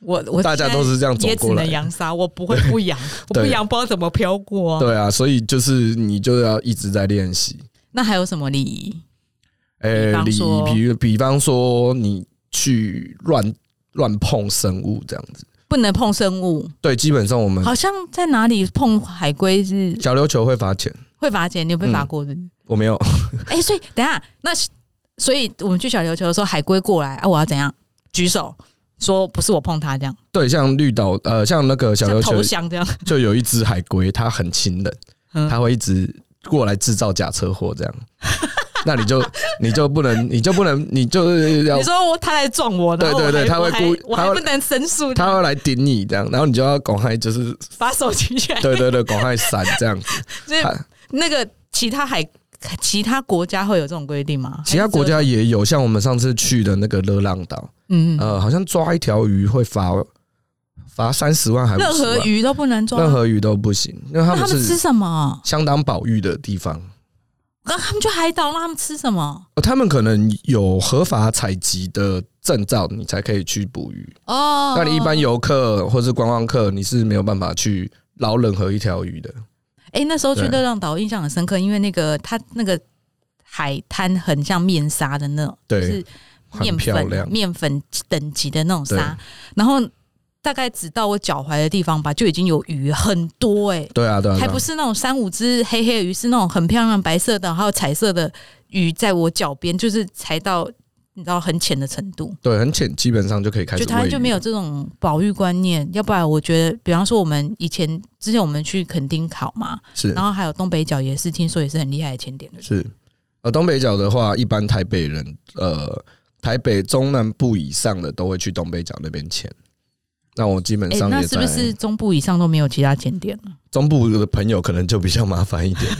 Speaker 2: 我我
Speaker 1: 大家
Speaker 2: 现在
Speaker 1: 都是这样走
Speaker 2: 也只
Speaker 1: 过来
Speaker 2: 能
Speaker 1: 的。
Speaker 2: 扬沙，我
Speaker 1: <laughs>
Speaker 2: 不会不扬，我不
Speaker 1: 对
Speaker 2: 扬不知道怎么飘过、啊。
Speaker 1: 对啊，所以就是你就要一直在练习。
Speaker 2: 那还有什么礼仪？比
Speaker 1: 诶、
Speaker 2: 方
Speaker 1: 礼
Speaker 2: 说
Speaker 1: 仪，呃比如比方说你去乱乱碰生物这样子，
Speaker 2: 不能碰生物，
Speaker 1: 对，基本上我们
Speaker 2: 好像在哪里碰海龟是
Speaker 1: 小琉球会罚钱，
Speaker 2: 会罚钱，你有被罚过的？
Speaker 1: 我没有， <laughs>
Speaker 2: 哎、所以等一下，那是所以我们去小琉球的时候，海龟过来啊，我要怎样举手说不是我碰它这样，
Speaker 1: 对，像绿岛呃，像那个小
Speaker 2: 像
Speaker 1: 琉
Speaker 2: 投
Speaker 1: 球
Speaker 2: 降这样，
Speaker 1: 就有一只海龟，它很亲人，
Speaker 2: 嗯
Speaker 1: 它会一直过来制造假车祸这样。 <laughs> 那你就你就不能，你就不能，你就是要
Speaker 2: 你说我他来撞我，然后
Speaker 1: 对对对
Speaker 2: 我还
Speaker 1: 他会故意
Speaker 2: 我还
Speaker 1: 他
Speaker 2: 我还
Speaker 1: 会
Speaker 2: 不能申诉，
Speaker 1: 他要来顶你这样，然后你就要赶快就是
Speaker 2: 把手举起来，
Speaker 1: 对对对，赶快闪这样子。
Speaker 2: 就是
Speaker 1: 他
Speaker 2: 那个其他海其他国家会有这种规定吗？
Speaker 1: 其他国家也有，像我们上次去的那个热浪岛，
Speaker 2: 嗯，
Speaker 1: 呃，好像抓一条鱼会罚罚三十万还
Speaker 2: 任
Speaker 1: 五十
Speaker 2: 何
Speaker 1: 万，
Speaker 2: 鱼都不能抓，
Speaker 1: 任何鱼都不行，因为他
Speaker 2: 那他
Speaker 1: 们
Speaker 2: 们吃
Speaker 1: 是
Speaker 2: 什么？
Speaker 1: 相当保育的地方。
Speaker 2: 那他们去海岛，那他们吃什么？
Speaker 1: 呃他们可能有合法采集的证照，你才可以去捕鱼。
Speaker 2: 哦，
Speaker 1: 那你一般游客或是观光客，你是没有办法去捞任何一条鱼的。
Speaker 2: 哎、那时候去
Speaker 1: 对
Speaker 2: 热浪岛印象很深刻，因为那个它那个海滩很像面纱的那种，就
Speaker 1: 对
Speaker 2: 是，面
Speaker 1: 很漂
Speaker 2: 粉
Speaker 1: 亮。
Speaker 2: 面粉等级的那种
Speaker 1: 对
Speaker 2: 沙，然后大概只到我脚踝的地方吧，就已经有鱼很多哎、
Speaker 1: 对啊，对啊，对
Speaker 2: 还
Speaker 1: 啊
Speaker 2: 不是那种三五只黑黑的鱼，是那种很漂亮白色的，还有彩色的鱼在我脚边，就是才到你知道很浅的程度。
Speaker 1: 对，很浅，基本上就可以开始喂鱼
Speaker 2: 就
Speaker 1: 了。啊
Speaker 2: 台湾就没有这种保育观念，要不然我觉得，比方说我们以前之前我们去垦丁考嘛，
Speaker 1: 是
Speaker 2: 然后还有东北角也是听说也是很厉害的潜点的，
Speaker 1: 是，呃，东北角的话，一般台北人，呃，台北中南部以上的都会去东北角那边潜。那我基本
Speaker 2: 哎、
Speaker 1: 上
Speaker 2: 那
Speaker 1: 也
Speaker 2: 是
Speaker 1: 在
Speaker 2: 不是中部以上都没有其他潜点了？
Speaker 1: 中部的朋友可能就比较麻烦一点，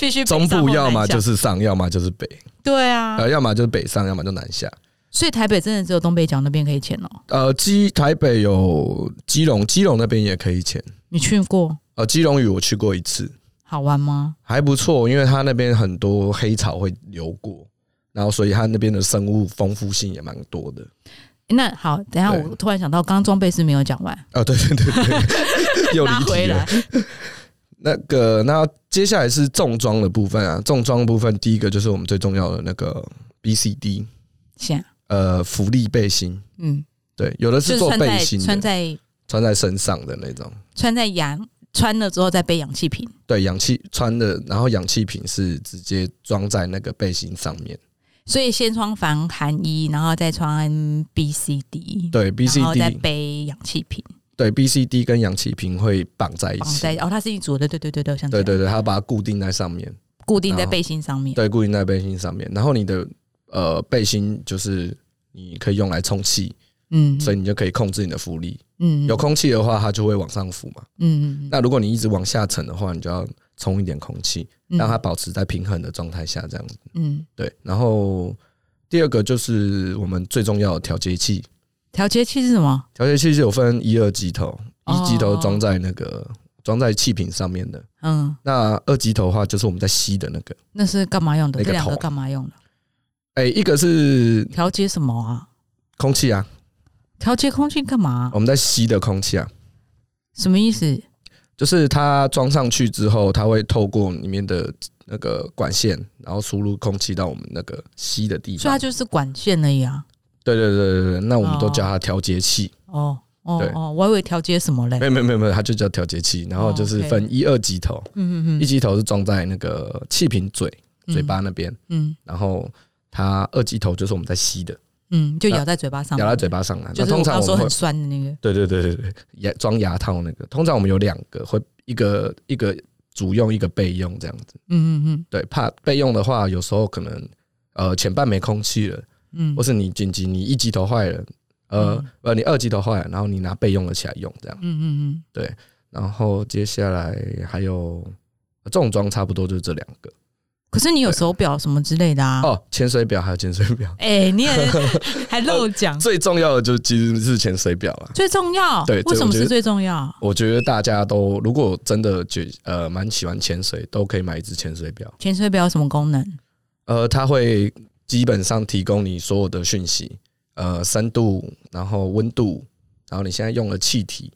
Speaker 2: 必须北
Speaker 1: 中
Speaker 2: 上
Speaker 1: 部
Speaker 2: 或
Speaker 1: 要
Speaker 2: 南
Speaker 1: 么
Speaker 2: 下
Speaker 1: 就是上，要么就是北，
Speaker 2: 对啊，
Speaker 1: 呃，要么就是北上，要么就南下。
Speaker 2: 所以台北真的只有东北角那边可以潜哦、
Speaker 1: 呃，基台北有基隆，基隆那边也可以潜。
Speaker 2: 你去过
Speaker 1: 呃，基隆屿我去过一次，
Speaker 2: 好玩吗？
Speaker 1: 还不错，因为它那边很多黑草会流过，然后所以它那边的生物丰富性也蛮多的。
Speaker 2: 诶那好，等一下
Speaker 1: 对
Speaker 2: 我突然想到，刚刚装备是没有讲完，
Speaker 1: 啊，对对对对，
Speaker 2: <laughs>
Speaker 1: 又
Speaker 2: 拉
Speaker 1: 离
Speaker 2: 回
Speaker 1: 题
Speaker 2: 来
Speaker 1: 了。。那个，那接下来是重装的部分啊，重装部分第一个就是我们最重要的那个 BCD，
Speaker 2: 行，
Speaker 1: 呃，福利背心。
Speaker 2: 嗯，
Speaker 1: 对，有的
Speaker 2: 就是是
Speaker 1: 做
Speaker 2: 穿
Speaker 1: 背
Speaker 2: 在
Speaker 1: 心的，
Speaker 2: 穿在
Speaker 1: 穿在身上的那种。
Speaker 2: 穿在氧穿了之后再背氧气瓶。
Speaker 1: 对，氧气穿的，然后氧气瓶是直接装在那个背心上面。
Speaker 2: 所以先穿防寒衣，然后再穿 B C D，
Speaker 1: 对
Speaker 2: 然后再
Speaker 1: ，BCD，
Speaker 2: 背氧气瓶
Speaker 1: 对 BCD 跟氧气瓶会绑在一
Speaker 2: 绑
Speaker 1: 起。
Speaker 2: 在哦，它是一组的，对对对对，我想起来
Speaker 1: 对对对，它把它固定在上面，
Speaker 2: 固定在
Speaker 1: 然后
Speaker 2: 背心上面。
Speaker 1: 对，固定在背心上面。然后你的呃背心就是你可以用来充气，
Speaker 2: 嗯，
Speaker 1: 所以你就可以控制你的浮力。
Speaker 2: 嗯
Speaker 1: 有空气的话，它就会往上浮嘛。
Speaker 2: 嗯嗯
Speaker 1: 那如果你一直往下沉的话，你就要充一点空气，
Speaker 2: 嗯，
Speaker 1: 让它保持在平衡的状态下，这样子。
Speaker 2: 嗯
Speaker 1: 对，然后第二个就是我们最重要的调节器，
Speaker 2: 调节器是什么？
Speaker 1: 调节器是有分一二级头，
Speaker 2: 哦
Speaker 1: 一级头装在那个装在气瓶上面的，
Speaker 2: 嗯，
Speaker 1: 那二级头的话就是我们在吸的那个。
Speaker 2: 那是干嘛用的？
Speaker 1: 那个
Speaker 2: 这两个
Speaker 1: 头
Speaker 2: 干嘛用的？
Speaker 1: 哎、一个是
Speaker 2: 调节什么啊？
Speaker 1: 空气啊，
Speaker 2: 调节空气干嘛？
Speaker 1: 我们在吸的空气啊，
Speaker 2: 什么意思？
Speaker 1: 就是它装上去之后，它会透过里面的那个管线，然后输入空气到我们那个吸的地
Speaker 2: 所以它
Speaker 1: 方。
Speaker 2: 就是管线而已啊。
Speaker 1: 对对对对对，那我们都
Speaker 2: 哦
Speaker 1: 叫它调节器，
Speaker 2: 哦哦
Speaker 1: 对
Speaker 2: 哦，我以为调节什么嘞
Speaker 1: 没？有没有没有没有，它就叫调节器。然后就是分一二级头，
Speaker 2: 嗯嗯
Speaker 1: 一级头是装在那个气瓶嘴
Speaker 2: 嗯，
Speaker 1: 嘴巴那边，
Speaker 2: 嗯，
Speaker 1: 然后它二级头就是我们在吸的，
Speaker 2: 嗯嗯，就咬在嘴巴上，
Speaker 1: 啊咬在嘴，巴上来。
Speaker 2: 就
Speaker 1: 那
Speaker 2: 是我
Speaker 1: 通常
Speaker 2: 刚
Speaker 1: 我
Speaker 2: 说
Speaker 1: 们会
Speaker 2: 很酸的那个。
Speaker 1: 对对对对对，牙装牙套那个，通常我们有两个，会一个一个主用，一个备用这样子。
Speaker 2: 嗯嗯
Speaker 1: 对，怕备用的话，有时候可能呃前半没空气了，
Speaker 2: 嗯
Speaker 1: 或
Speaker 2: 嗯
Speaker 1: 是你紧急你一级头坏了，呃、
Speaker 2: 嗯
Speaker 1: 呃你二级头坏了，然后你拿备用的起来用这样。
Speaker 2: 嗯嗯
Speaker 1: 然后接下来还有呃重装差不多就是这两个、
Speaker 2: 可是你有手表什么之类的啊？
Speaker 1: 哦，潜水表还有潜水表，
Speaker 2: 哎、你也还漏讲，
Speaker 1: <laughs> 最重要的就其实是潜水表啦。
Speaker 2: 最重要。
Speaker 1: 对
Speaker 2: 为什
Speaker 1: 这我
Speaker 2: 么
Speaker 1: 觉
Speaker 2: 是
Speaker 1: 得
Speaker 2: 最重要？
Speaker 1: 我觉得大家都如果真的觉呃蛮喜欢潜水，都可以买一支潜水表。
Speaker 2: 潜水表有什么功能？
Speaker 1: 呃，它会基本上提供你所有的讯息，呃，深度，然后温度，然后你现在用的气体。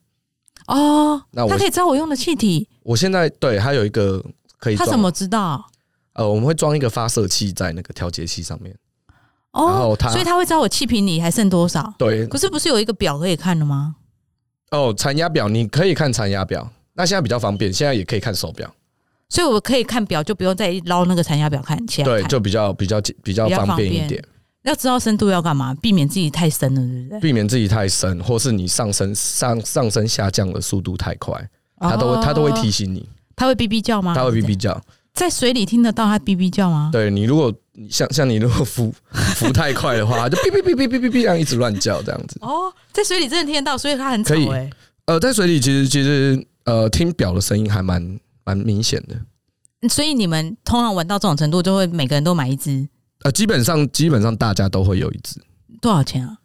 Speaker 2: 哦，
Speaker 1: 那我
Speaker 2: 它可以知道我用的气体，
Speaker 1: 我现在对它有一个可以
Speaker 2: 它
Speaker 1: 装，
Speaker 2: 怎么知道？
Speaker 1: 呃，我们会装一个发射器在那个调节器上面。然
Speaker 2: 哦
Speaker 1: 后，它
Speaker 2: 所以它会知道我气瓶里还剩多少。
Speaker 1: 对
Speaker 2: 可是不是有一个表可以看的吗？
Speaker 1: 哦，残压表你可以看残压表，那现在比较方便，现在也可以看手表，
Speaker 2: 所以我可以看表，就不用再捞那个残压表看起来
Speaker 1: 对，
Speaker 2: 看。
Speaker 1: 就比较比较比较
Speaker 2: 比较
Speaker 1: 方
Speaker 2: 方
Speaker 1: 便一
Speaker 2: 便
Speaker 1: 点，
Speaker 2: 要知道深度要干嘛，避免自己太深了，对不对？
Speaker 1: 避免自己太深，或是你上升上上升下降的速度太快，它都会它都会
Speaker 2: 哦，
Speaker 1: 提醒你，
Speaker 2: 它会哔哔叫吗？
Speaker 1: 它会哔
Speaker 2: 还是
Speaker 1: 哔
Speaker 2: 怎样，
Speaker 1: 叫。
Speaker 2: 在水里听得到它哔哔叫吗？
Speaker 1: 对你如果你像像你如果 <laughs> 浮浮太快的话，就哔哔哔哔哔哔哔，这样一直乱叫这样子。
Speaker 2: 哦，在水里真的听得到，所以它很吵
Speaker 1: 可以
Speaker 2: 哎、
Speaker 1: 呃，在水里其实其实呃听表的声音还蛮蛮明显的。
Speaker 2: 所以你们通常玩到这种程度，就会每个人都买一只，
Speaker 1: 呃，基本上基本上大家都会有一只，
Speaker 2: 多少钱啊？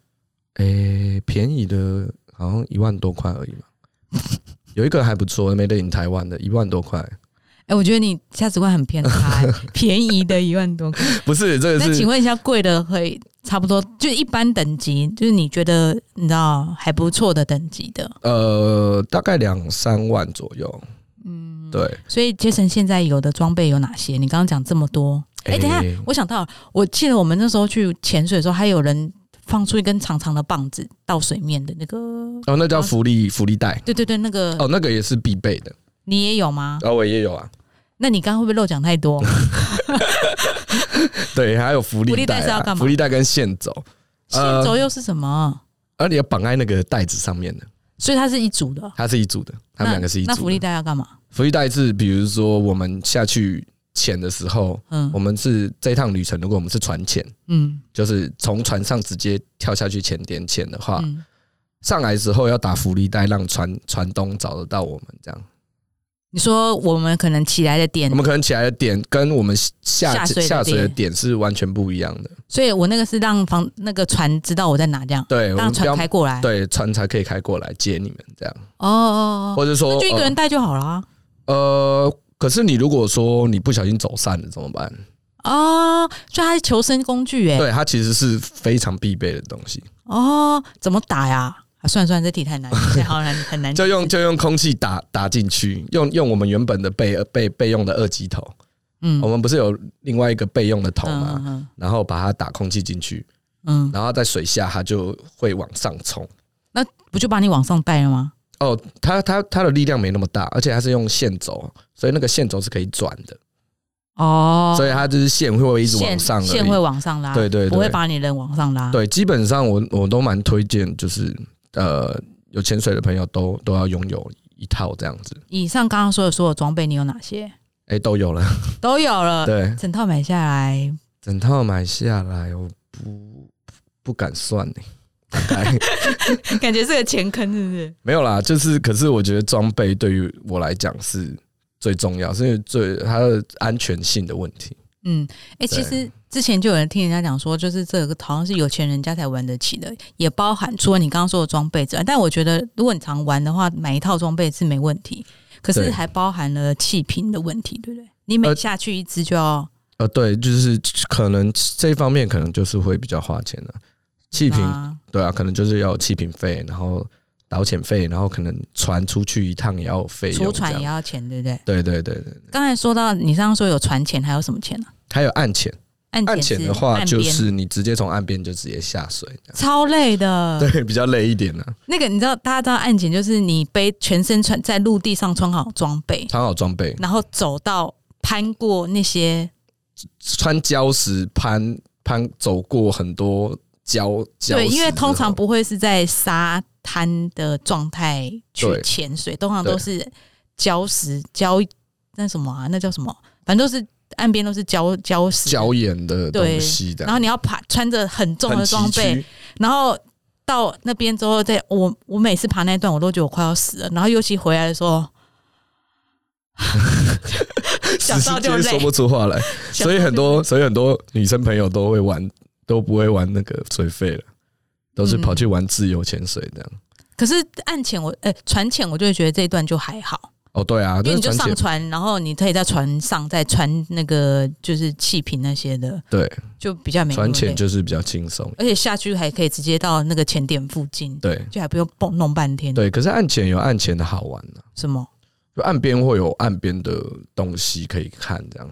Speaker 1: 诶、便宜的好像一万多块而已嘛。有一个还不错，Made in 台湾的，一万多块，
Speaker 2: 哎、我觉得你价值观很
Speaker 1: <laughs>
Speaker 2: 偏差、欸便宜的一万多块。
Speaker 1: 不是这个
Speaker 2: 那请
Speaker 1: 是
Speaker 2: 问一下，贵的会差不多，就一般等级，就是你觉得你知道还不错的等级的。
Speaker 1: 呃大概两三万左右，嗯，对，
Speaker 2: 所以杰森现在有的装备有哪些？你刚刚讲这么多，哎、
Speaker 1: 哎
Speaker 2: 等一下，我想到了，我记得我们那时候去潜水的时候，还有人放出一根长长的棒子到水面的那个，
Speaker 1: 哦那叫福利福利袋，
Speaker 2: 对对对，那个、
Speaker 1: 哦那个也是必备的，
Speaker 2: 你也有吗？
Speaker 1: 然后我也有啊，
Speaker 2: 那你刚刚会不会漏讲
Speaker 1: <laughs>
Speaker 2: 太多？
Speaker 1: 对，还有福
Speaker 2: 福利
Speaker 1: 利
Speaker 2: 袋是
Speaker 1: 袋
Speaker 2: 要
Speaker 1: 啊，
Speaker 2: 干嘛
Speaker 1: 福利袋跟线走，
Speaker 2: 线轴又是什么？
Speaker 1: 而你要绑在那个袋子上面的，
Speaker 2: 所以它是一组的，
Speaker 1: 它是一组的，他们两个是一组
Speaker 2: 那
Speaker 1: 的。
Speaker 2: 福利袋要干嘛？
Speaker 1: 福利袋是，比如说我们下去潜的时候，
Speaker 2: 嗯
Speaker 1: 我们是这一趟旅程，如果我们是船潜，
Speaker 2: 嗯
Speaker 1: 就是从船上直接跳下去潜点潜的话，
Speaker 2: 嗯，
Speaker 1: 上来之后要打福利袋，让船船东找得到我们。这样，
Speaker 2: 你说我们可能起来的点
Speaker 1: 我，们可能起来的点跟我们下
Speaker 2: 嗯下水的
Speaker 1: 下水的
Speaker 2: 点
Speaker 1: 点是完全不一样的。
Speaker 2: 所以我那个是让房那个船知道我在哪，这样
Speaker 1: 对，我
Speaker 2: 让
Speaker 1: 们不
Speaker 2: 船
Speaker 1: 要
Speaker 2: 开过来。
Speaker 1: 对船才可以开过来接你们这样，
Speaker 2: 哦哦哦，
Speaker 1: 或者说
Speaker 2: 那就一个人带就好了啊。
Speaker 1: 呃呃，可是你如果说你不小心走散了怎么办？
Speaker 2: 哦，所以它是求生工具哎。
Speaker 1: 对，它其实是非常必备的东西。
Speaker 2: 哦，怎么打呀？啊算了算了，这题
Speaker 1: <laughs>
Speaker 2: 太难，这好难很难。
Speaker 1: 就用就用空气打打进去，用用我们原本的备备备用的二级头，
Speaker 2: 嗯
Speaker 1: 我们不是有另外一个备用的头吗？
Speaker 2: 嗯嗯
Speaker 1: 然后把它打空气进去，
Speaker 2: 嗯，嗯
Speaker 1: 然后在水下它就会往上冲。
Speaker 2: 不就把你往上带了吗？
Speaker 1: 哦，它它它的力量没那么大，而且它是用线轴，所以那个线轴是可以转的，
Speaker 2: 哦，
Speaker 1: 所以它就是线会一直
Speaker 2: 线
Speaker 1: 往上而
Speaker 2: 线会
Speaker 1: 已。
Speaker 2: 往上拉，
Speaker 1: 对对对
Speaker 2: 不会把你人往上拉。
Speaker 1: 对，基本上我我都蛮推荐，就是呃有潜水的朋友都都要拥有一套这样子，
Speaker 2: 以上刚刚说的所有装备，你有哪些？
Speaker 1: 哎、都有了，
Speaker 2: 都有
Speaker 1: <laughs>
Speaker 2: 了，
Speaker 1: 对。
Speaker 2: 整套买下来，
Speaker 1: 整套买下来，我不不敢算呢、大概
Speaker 2: <laughs>
Speaker 1: <laughs>
Speaker 2: 感觉是个钱坑，是不是？
Speaker 1: 没有啦。就是，可是我觉得装备对于我来讲是最重要，是因为最它的安全性的问题。
Speaker 2: 嗯，哎、其实之前就有人听人家讲说，就是这个好像是有钱人家才玩得起的，也包含除了你刚刚说的装备之外，但我觉得如果你常玩的话，买一套装备是没问题，可是
Speaker 1: 对
Speaker 2: 还包含了气瓶的问题，对不对？你每
Speaker 1: 呃
Speaker 2: 下去一只就要
Speaker 1: 呃，对，就是可能这一方面可能就是会比较花钱了、气瓶
Speaker 2: 啊
Speaker 1: 对啊，可能就是要有气瓶费，然后导潜费，然后可能船出去一趟也要有费
Speaker 2: 出
Speaker 1: 用，
Speaker 2: 船
Speaker 1: 这
Speaker 2: 也
Speaker 1: 样。
Speaker 2: 要钱，对不对？
Speaker 1: 对对对对，
Speaker 2: 刚才说到你刚刚说有船钱，还有什么钱呢、啊
Speaker 1: 还有岸潜，
Speaker 2: 岸
Speaker 1: 岸
Speaker 2: 钱
Speaker 1: 潜
Speaker 2: 是
Speaker 1: 的话
Speaker 2: 岸
Speaker 1: 就
Speaker 2: 边
Speaker 1: 是你直接从岸边就直接下水，这样
Speaker 2: 超累的，
Speaker 1: 对，比较累一点呢、啊。
Speaker 2: 那个你知道，大家知道岸检就是你背全身穿在陆地上穿好装备，
Speaker 1: 穿好装备，
Speaker 2: 然后走到攀过那些
Speaker 1: 穿礁石攀攀走过很多礁礁石之后，
Speaker 2: 对，因为通常不会是在沙滩的状态去潜水，通常都是礁石礁那什么啊，那叫什么？反正都是岸边都是礁礁石，
Speaker 1: 礁岩的
Speaker 2: 对
Speaker 1: 东西的，
Speaker 2: 然后你要爬穿着很重的
Speaker 1: 很
Speaker 2: 装
Speaker 1: 崎
Speaker 2: 备，
Speaker 1: 岖，
Speaker 2: 然后到那边之后再，我我每次爬那一段，我都觉得我快要死了。然后尤其回来的时候， <laughs> 想到就
Speaker 1: 时间说
Speaker 2: 累
Speaker 1: 不。出话来，
Speaker 2: 想到就
Speaker 1: 所以很多所以很多女生朋友都会玩，都不会玩那个水费了。都是
Speaker 2: 嗯
Speaker 1: 跑去玩自由潜水这样。
Speaker 2: 可是岸潜我呃船潜我就会觉得这一段就还好，
Speaker 1: 哦，对啊，
Speaker 2: 因为
Speaker 1: 是
Speaker 2: 你就
Speaker 1: 船
Speaker 2: 上
Speaker 1: 潜
Speaker 2: 船，然后你可以在船上再穿那个就是气瓶那些的，
Speaker 1: 对
Speaker 2: 就比较没那么
Speaker 1: 船
Speaker 2: 累
Speaker 1: 潜。就是比较轻松。
Speaker 2: 而且下去还可以直接到那个潜点附近，
Speaker 1: 对
Speaker 2: 就还不用蹦弄半天。
Speaker 1: 对，可是岸潜有岸潜的好玩啊
Speaker 2: 什么？
Speaker 1: 就岸边会有岸边的东西可以看这样。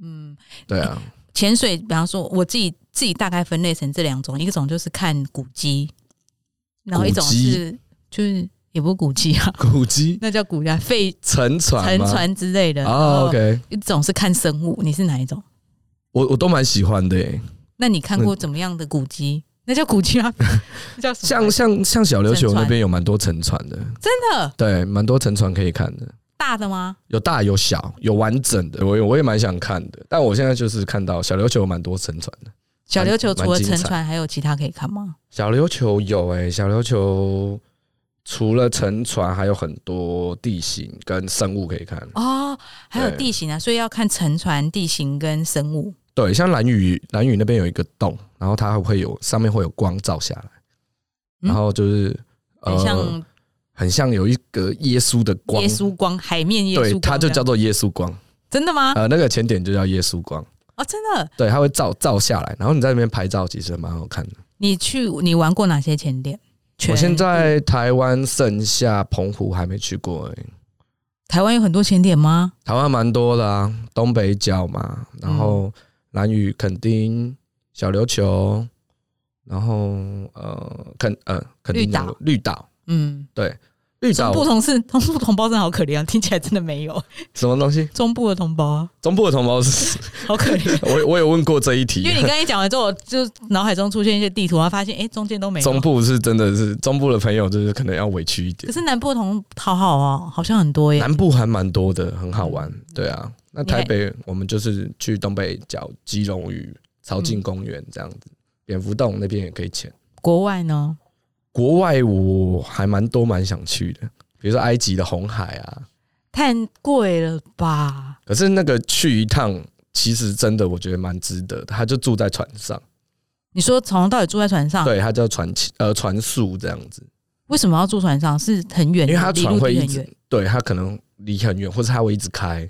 Speaker 2: 嗯，
Speaker 1: 对啊，
Speaker 2: 潜水，比方说我自己自己大概分类成这两种，一种就是看古迹，然后一种
Speaker 1: 古迹
Speaker 2: 是就是也不是古迹啊，
Speaker 1: <laughs>
Speaker 2: <laughs>
Speaker 1: 古迹、
Speaker 2: 那叫古迹啊，废
Speaker 1: 沉船
Speaker 2: 沉
Speaker 1: 吗、
Speaker 2: 船之类的。哦然
Speaker 1: 啊
Speaker 2: 后
Speaker 1: ，OK，
Speaker 2: 一种是看生物，你是哪一种？
Speaker 1: 我我都蛮喜欢的、欸，
Speaker 2: 那你看过怎么样的古迹？那叫
Speaker 1: <laughs>
Speaker 2: 古迹啊，那叫什
Speaker 1: 像
Speaker 2: 么？
Speaker 1: 像像小琉球
Speaker 2: 沉船
Speaker 1: 那边有蛮多沉船的，
Speaker 2: 真的，
Speaker 1: 对，蛮多沉船可以看的。
Speaker 2: 大的吗？
Speaker 1: 有大有小，有完整的，我也我也蛮想看的。但我现在就是看到小琉球有蛮多沉船的，
Speaker 2: 小琉球除
Speaker 1: 蛮
Speaker 2: 了
Speaker 1: 精彩
Speaker 2: 沉船，还有其他可以看吗？
Speaker 1: 小琉球有哎、小琉球除了沉船，还有很多地形跟生物可以看。
Speaker 2: 哦，还有
Speaker 1: 对
Speaker 2: 地形啊，所以要看沉船、地形跟生物。
Speaker 1: 对，像蓝屿，蓝屿那边有一个洞，然后它会有上面会有光照下来，
Speaker 2: 嗯
Speaker 1: 然后就是、呃
Speaker 2: 很像
Speaker 1: 很像有一个耶稣的光，
Speaker 2: 耶稣光，海面耶稣
Speaker 1: 对，
Speaker 2: 光这
Speaker 1: 它
Speaker 2: 样，啊
Speaker 1: 就叫做耶稣光，
Speaker 2: 真的吗？
Speaker 1: 呃，那个前点就叫耶稣光，
Speaker 2: 哦，真的。
Speaker 1: 对，它会照照下来，然后你在那边拍照，其实蛮好看的。
Speaker 2: 你去你玩过哪些潜点？全
Speaker 1: 我现在台湾剩下澎湖还没去过、欸，
Speaker 2: 台湾有很多潜点吗？
Speaker 1: 台湾蛮多的啊，东北角嘛，然后兰屿、垦丁、小琉球，然后呃垦呃垦丁
Speaker 2: 绿岛
Speaker 1: 有绿岛
Speaker 2: 嗯，
Speaker 1: 绿
Speaker 2: 中
Speaker 1: 岛
Speaker 2: 部同事 <laughs> 中部同胞真的好可怜啊，听起来真的没有 <laughs>
Speaker 1: 什么东西？
Speaker 2: 中部的同胞啊，
Speaker 1: 中部的同胞是，。
Speaker 2: 好可怜
Speaker 1: 我我有问过这一题
Speaker 2: <laughs>
Speaker 1: 啊
Speaker 2: 因为，你刚才讲完之后，我就脑海中出现一些地图，然后发现哎、诶中间都没有。
Speaker 1: 中部是真的是中部的朋友，就是可能要委屈一点
Speaker 2: 可。是南部同好好哦，好像很多耶。
Speaker 1: 南部还蛮多的，很好玩，对啊。那
Speaker 2: 你还
Speaker 1: 台北我们就是去东北角、基隆屿、潮境公园这样子，蝙蝠洞那边也可以潜。
Speaker 2: 国外呢？
Speaker 1: 国外我还蛮多蛮想去的，比如说埃及的红海啊。
Speaker 2: 太贵了吧？
Speaker 1: 可是那个去一趟，其实真的我觉得蛮值得的。他就住在船上，
Speaker 2: 你说从头到尾住在船上，
Speaker 1: 对，他叫船期呃船宿这样子，
Speaker 2: 为什么要住船上？是很远
Speaker 1: 因
Speaker 2: 的，
Speaker 1: 为他
Speaker 2: 离陆
Speaker 1: 船会
Speaker 2: 地
Speaker 1: 一
Speaker 2: 很
Speaker 1: 直
Speaker 2: 远。
Speaker 1: 对他可能离很远，或者他会一直开，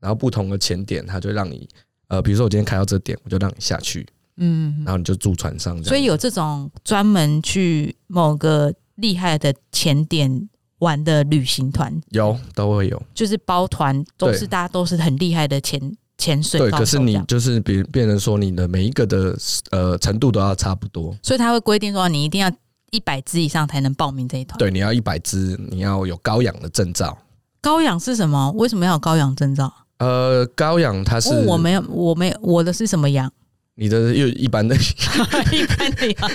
Speaker 1: 然后不同的潜点，他就让你呃，比如说我今天开到这点，我就让你下去，
Speaker 2: 嗯
Speaker 1: 然，后你就住船上这样子。
Speaker 2: 所以有这种专门去某个厉害的潜点玩的旅行团，
Speaker 1: 有都会有，
Speaker 2: 就是包团，都
Speaker 1: 对
Speaker 2: 是大家都是很厉害的潜潜水
Speaker 1: 对。
Speaker 2: 高
Speaker 1: 可
Speaker 2: 手
Speaker 1: 是
Speaker 2: 这
Speaker 1: 你
Speaker 2: 样
Speaker 1: 就是比变成说你的每一个的呃程度都要差不多，
Speaker 2: 所以他会规定说你一定要一百只以上才能报名这一团。，
Speaker 1: 对，你要一百只，你要有高氧的证照。
Speaker 2: 高氧是什么？为什么要有高氧证照？
Speaker 1: 呃，高氧它是
Speaker 2: 哦，我没有，我没有，我的是什么氧？ <laughs>
Speaker 1: 你的又一般的一
Speaker 2: 一般的氧，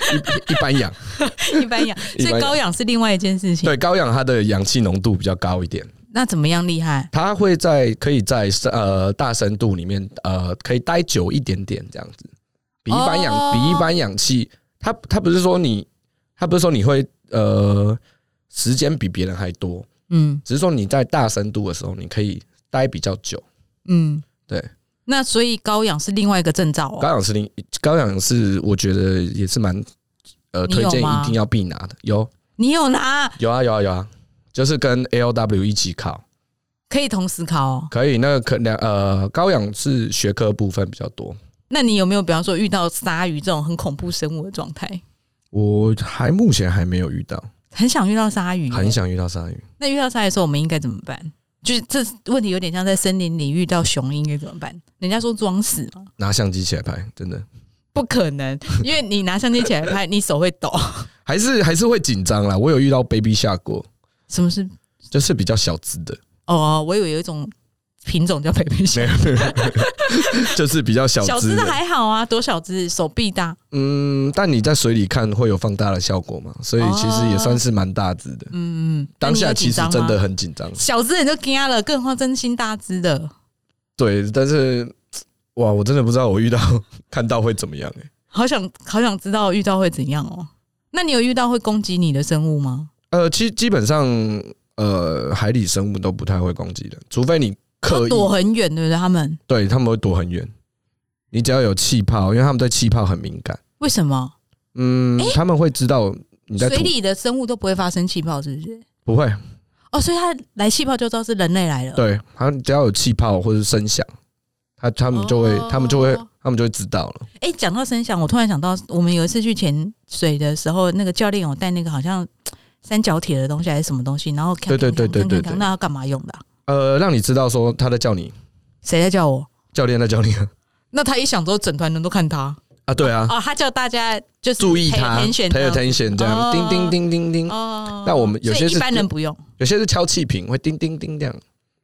Speaker 1: 一般
Speaker 2: <laughs>
Speaker 1: 氧，
Speaker 2: 一般氧。
Speaker 1: <laughs> 一般氧
Speaker 2: 所以高氧是另外一件事情。
Speaker 1: 对，高氧它的氧气浓度比较高一点，
Speaker 2: 那怎么样厉害？
Speaker 1: 它会在可以在呃大深度里面呃可以待久一点点这样子，比一般氧、
Speaker 2: 哦
Speaker 1: 比一般氧气，它它不是说你它不是说你会呃时间比别人还多，
Speaker 2: 嗯
Speaker 1: 只是说你在大深度的时候你可以待比较久。
Speaker 2: 嗯，
Speaker 1: 对。
Speaker 2: 那所以高氧是另外一个证照
Speaker 1: 高
Speaker 2: 哦。
Speaker 1: 氧是另高氧是我觉得也是蛮呃
Speaker 2: 你有
Speaker 1: 推荐
Speaker 2: 吗
Speaker 1: 一定要必拿的，有
Speaker 2: 你有拿？
Speaker 1: 有啊有啊有啊，就是跟 A O W 一起考。
Speaker 2: 可以同时考哦。
Speaker 1: 可以，那个可两呃，高氧是学科部分比较多。
Speaker 2: 那你有没有比方说遇到鲨鱼这种很恐怖生物的状态？
Speaker 1: 我还目前还没有遇到，
Speaker 2: 很想遇到鲨鱼耶，
Speaker 1: 很想遇到鲨鱼。
Speaker 2: 那遇到鲨鱼的时候，我们应该怎么办？就是这问题有点像在森林里遇到熊，应该怎么办？人家说装死嘛，
Speaker 1: 拿相机起来拍，真的
Speaker 2: 不可能，因为你拿相机起来拍，你手会抖。
Speaker 1: 还是还是会紧张啦。我有遇到 baby shark 过，
Speaker 2: <laughs> 什么是？
Speaker 1: 就是比较小只
Speaker 2: <laughs>
Speaker 1: 的， <laughs>
Speaker 2: 哦，我以为有一种品种叫北冰熊，
Speaker 1: 就是比较小
Speaker 2: 小
Speaker 1: 只
Speaker 2: 只的
Speaker 1: 的。
Speaker 2: 还好啊，多小只，手臂大。
Speaker 1: 嗯，但你在水里看会有放大的效果嘛，所以其实也算是蛮大只的。
Speaker 2: 嗯，哦那
Speaker 1: 当
Speaker 2: 你有
Speaker 1: 下其
Speaker 2: 紧
Speaker 1: 实
Speaker 2: 张吗
Speaker 1: 真的很紧张，
Speaker 2: 小只你就惊了，更何况真心大只的。
Speaker 1: 对，但是哇，我真的不知道我遇到 <laughs> 看到会怎么样、欸
Speaker 2: 好想好想知道遇到会怎样哦。那你有遇到会攻击你的生物吗？
Speaker 1: 呃，基基本上，呃，海里生物都不太会攻击人，除非你刻
Speaker 2: 都
Speaker 1: 意，
Speaker 2: 躲很远，对不对？他们
Speaker 1: 对他们会躲很远。你只要有气泡，因为他们对气泡很敏感，
Speaker 2: 为什么
Speaker 1: 嗯，他们会知道你在
Speaker 2: 水
Speaker 1: 吐，
Speaker 2: 里的生物都不会发生气泡，是不是？
Speaker 1: 不会，
Speaker 2: 哦，所以它来气泡就知道是人类来了。
Speaker 1: 对，他只要有气泡或是声响，他他们就会，
Speaker 2: 哦
Speaker 1: 他们就会，他们就会知道了。
Speaker 2: 哎、讲到声响，我突然想到，我们有一次去潜水的时候，那个教练有带那个好像嘖三角铁的东西还是什么东西，然后
Speaker 1: 对对对对对对
Speaker 2: 那要干嘛用的啊、
Speaker 1: 呃，让你知道说他在叫你，
Speaker 2: 谁在叫我？
Speaker 1: 教练在叫你啊， <laughs>
Speaker 2: 那他一响之后，整团人都看他。
Speaker 1: 啊对啊，
Speaker 2: 哦，他叫大家就是
Speaker 1: 注意他
Speaker 2: pay attention 这样
Speaker 1: attention 这样，
Speaker 2: 哦
Speaker 1: 叮叮叮叮叮，
Speaker 2: 哦
Speaker 1: 那我们有些
Speaker 2: 所以
Speaker 1: 是
Speaker 2: 一般人不用。
Speaker 1: 有些是敲气瓶，会叮叮叮这样。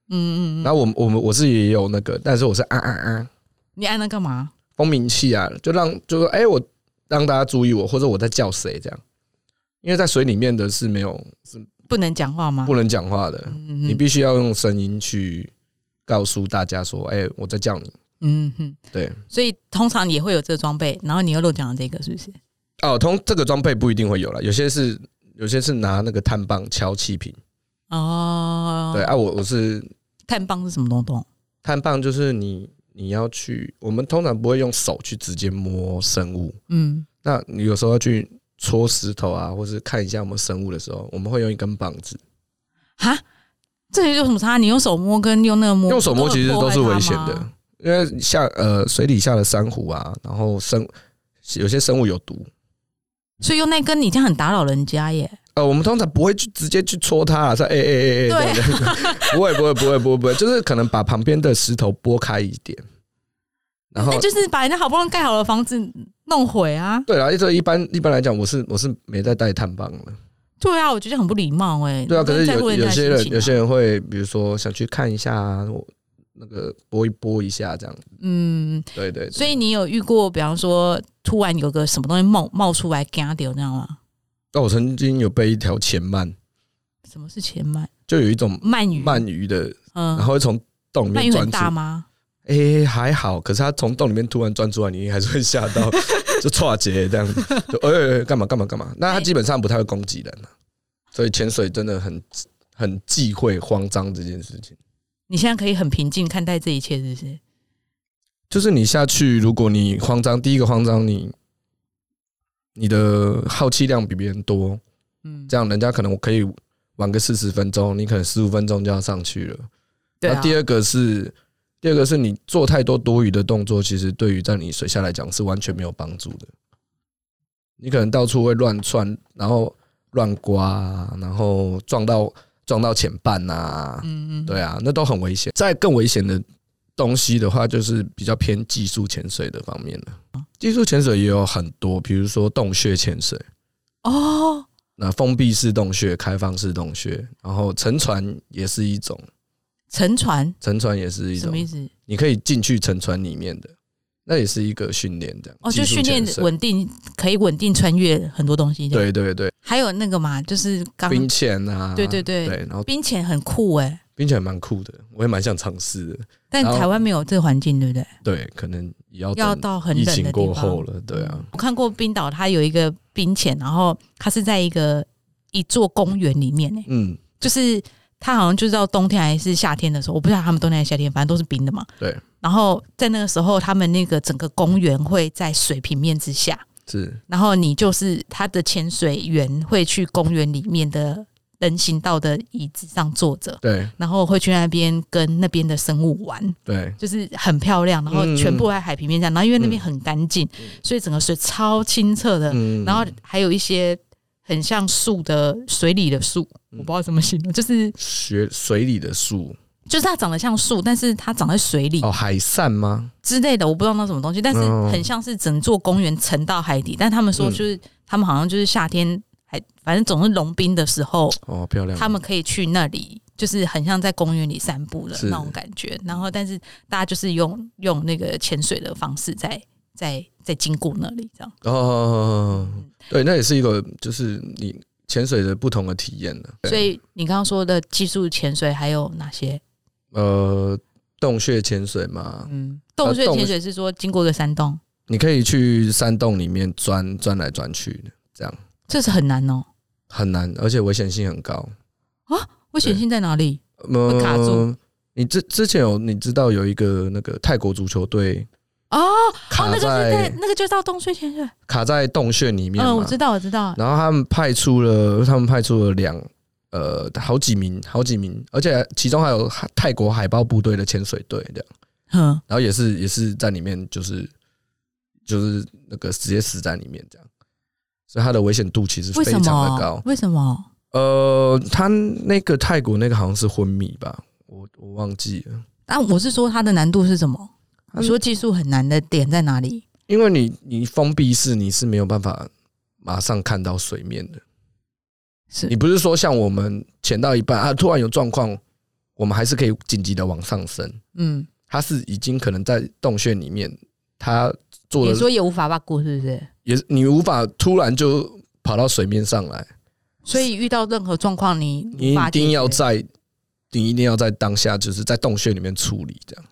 Speaker 2: 嗯嗯嗯，
Speaker 1: 然后我们我们我自己也有那个，但是我是啊啊啊。
Speaker 2: 你按那干嘛？
Speaker 1: 风鸣器啊，就让就说哎、我让大家注意我，或者我在叫谁这样。因为在水里面的是没有是
Speaker 2: 不能讲话吗？嗯
Speaker 1: 不能讲话的，你必须要用声音去告诉大家说：“哎、我在叫你。
Speaker 2: 嗯哼，”
Speaker 1: 对，
Speaker 2: 所以通常也会有这个装备，然后你又漏讲了这个，是不是？
Speaker 1: 哦，通这个装备不一定会有了，有些是有些是拿那个碳棒敲气瓶。
Speaker 2: 哦，
Speaker 1: 对，啊，我我是
Speaker 2: 碳棒是什么东东？
Speaker 1: 碳棒，就是你你要去，我们通常不会用手去直接摸生物，
Speaker 2: 嗯，
Speaker 1: 那你有时候要去戳石头啊，或是看一下有没有生物的时候，我们会用一根棒子。
Speaker 2: 哈，这有什么差？你用手摸跟用那个摸，
Speaker 1: 用手摸其实都是危险
Speaker 2: 嗯都有破坏它吗
Speaker 1: 的。，因为下呃水底下的珊瑚啊，然后生有些生物有毒，
Speaker 2: 所以用那根你这样很打扰人家耶。
Speaker 1: 呃，我们通常不会去直接去戳它啊，说哎哎哎哎，对对对， <laughs> 不会不会不会不会不会，就是可能把旁边的石头拨开一点，然后
Speaker 2: 那哎就是把人家好不容易盖好的房子弄毁啊！
Speaker 1: 对啊，这一般一般来讲，我是我是没在带碳棒的，
Speaker 2: 对啊，我觉得很不礼貌哎、
Speaker 1: 对啊，可是
Speaker 2: 在乎
Speaker 1: 有
Speaker 2: 人家
Speaker 1: 有
Speaker 2: 的
Speaker 1: 些
Speaker 2: 心
Speaker 1: 人
Speaker 2: 情啊
Speaker 1: 有些人会，比如说想去看一下啊，我那个拨一拨一下这样，
Speaker 2: 嗯，
Speaker 1: 对对对
Speaker 2: 所以你有遇过，比方说突然有个什么东西冒冒出来嘎掉，那样吗？
Speaker 1: 那哦我曾经有被一条前鳗，
Speaker 2: 什么是前鳗？
Speaker 1: 就有一种
Speaker 2: 鳗鱼？
Speaker 1: 鳗鱼的，然
Speaker 2: 嗯，
Speaker 1: 后会从洞里
Speaker 2: 鳗
Speaker 1: 面
Speaker 2: 鱼很
Speaker 1: 钻出
Speaker 2: 大吗？
Speaker 1: 哎、还好，可是它从洞里面突然钻出来，你还是会吓
Speaker 2: <laughs>
Speaker 1: 到，就歘结这样子，就哎哎哎干、嘛干嘛干嘛。那它基本上不太会攻击人、啊、所以潜水真的很很忌讳慌张这件事情。
Speaker 2: 你现在可以很平静看待这一切，是不是？
Speaker 1: 就是你下去，如果你慌张，第一个慌张你。你的耗气量比别人多，
Speaker 2: 嗯，
Speaker 1: 这样人家可能我可以玩个四十分钟，你可能十五分钟就要上去了。
Speaker 2: 对
Speaker 1: 那
Speaker 2: 啊。
Speaker 1: 第二个是，第二个是你做太多多余的动作，其实对于在你水下来讲是完全没有帮助的。你可能到处会乱窜，然后乱刮啊，然后撞到撞到前半啊，
Speaker 2: 嗯嗯，
Speaker 1: 对啊，那都很危险。再更危险的东西的话，就是比较偏技术潜水的方面
Speaker 2: 哦
Speaker 1: 了。技术潜水也有很多，比如说洞穴潜水，
Speaker 2: 哦，
Speaker 1: 那封闭式洞穴、开放式洞穴，然后沉船也是一种，
Speaker 2: 沉船
Speaker 1: 沉船也是一
Speaker 2: 什
Speaker 1: 种
Speaker 2: 么意。思？
Speaker 1: 你可以进去沉船里面的，那也是一个训练这样。
Speaker 2: 哦，就
Speaker 1: 技术
Speaker 2: 训练
Speaker 1: 潜水
Speaker 2: 稳定，可以稳定穿越很多东西。，
Speaker 1: 对对对，
Speaker 2: 还有那个嘛，就是刚
Speaker 1: 冰潜啊，
Speaker 2: 对对对
Speaker 1: 对，然后
Speaker 2: 冰潜很酷哎、
Speaker 1: 冰潜还蛮酷的，我也蛮想尝试的。
Speaker 2: 但
Speaker 1: 然后哦
Speaker 2: 台湾没有这个环境，对不对？
Speaker 1: 对，可能也要
Speaker 2: 要
Speaker 1: 等
Speaker 2: 到很
Speaker 1: 疫
Speaker 2: 冷
Speaker 1: 情
Speaker 2: 的
Speaker 1: 过
Speaker 2: 地
Speaker 1: 后
Speaker 2: 方。
Speaker 1: 了，对啊，
Speaker 2: 我看过冰岛，它有一个冰潜，然后它是在一个一座公园里面、欸，
Speaker 1: 嗯，
Speaker 2: 就是它好像就是到冬天还是夏天的时候，我不知道他们冬天还是夏天，反正都是冰的嘛。
Speaker 1: 对。
Speaker 2: 然后在那个时候，他们那个整个公园会在水平面之下，
Speaker 1: 是
Speaker 2: 然后你就是他的潜水员会去公园里面的人行道的椅子上坐着，
Speaker 1: 对
Speaker 2: 然后会去那边跟那边的生物玩。
Speaker 1: 对
Speaker 2: 就是很漂亮，然后
Speaker 1: 嗯
Speaker 2: 全部在海平面上，然后因为那边很干净，所以整个水超清澈的，
Speaker 1: 嗯
Speaker 2: 然后还有一些很像树的水里的树，
Speaker 1: 嗯
Speaker 2: 我不知道怎么形容，就是
Speaker 1: 学水里的树
Speaker 2: 就是它长得像树，但是它长在水里
Speaker 1: 哦，海扇吗？
Speaker 2: 之类的，我不知道那什么东西，但是
Speaker 1: 嗯
Speaker 2: 很像是整座公园沉到海底，但他们说就是、他们好像就是夏天还反正总是融冰的时候，
Speaker 1: 哦，漂亮，
Speaker 2: 他们可以去那里，就是很像在公园里散步的
Speaker 1: 是
Speaker 2: 那种感觉。然后，但是大家就是用用那个潜水的方式在在在经过那里，这样。
Speaker 1: 哦，对，那也是一个就是你潜水的不同的体验了。对
Speaker 2: 所以你刚刚说的技术潜水还有哪些？
Speaker 1: 呃，洞穴潜水嘛，
Speaker 2: 嗯，洞穴
Speaker 1: 洞
Speaker 2: 潜水是说经过一个山洞，
Speaker 1: 你可以去山洞里面钻钻来钻去的，
Speaker 2: 这是很难哦。
Speaker 1: 很难，而且危险性很高。
Speaker 2: 危险性在哪里？
Speaker 1: 呃
Speaker 2: 会卡住。
Speaker 1: 你之之前有你知道有一个那个泰国足球队
Speaker 2: 哦哦，
Speaker 1: 卡
Speaker 2: 那个是在
Speaker 1: 在
Speaker 2: 那个就叫洞穴潜水。
Speaker 1: 卡在洞穴里面
Speaker 2: 嗯，我
Speaker 1: 嘛，
Speaker 2: 知道，我知道。
Speaker 1: 然后他们派出了他们派出了两呃好几名好几名，而且其中还有泰国海豹部队的潜水队的，
Speaker 2: 嗯，
Speaker 1: 然后也是也是在里面就是就是那个直接死在里面这样，所以它的危险度其实
Speaker 2: 为
Speaker 1: 非
Speaker 2: 什
Speaker 1: 常的
Speaker 2: 么
Speaker 1: 高？。
Speaker 2: 为什么？
Speaker 1: 呃，他那个泰国那个好像是昏迷吧，我我忘记了。
Speaker 2: 啊，我是说它的难度是什么？
Speaker 1: 它
Speaker 2: 你说技术很难的点在哪里？
Speaker 1: 因为你你封闭式你是没有办法马上看到水面的，
Speaker 2: 是
Speaker 1: 你不是说像我们潜到一半啊，突然有状况，我们还是可以紧急的往上升。
Speaker 2: 嗯，
Speaker 1: 它是已经可能在洞穴里面，它做
Speaker 2: 你
Speaker 1: 的
Speaker 2: 说也无法把顾，是不是？
Speaker 1: 也是你无法突然就跑到水面上来，
Speaker 2: 所以遇到任何状况，你
Speaker 1: 你
Speaker 2: 无法
Speaker 1: 一定
Speaker 2: 解
Speaker 1: 要
Speaker 2: 决
Speaker 1: 在，你一定要在当下，就是在洞穴里面处理这样，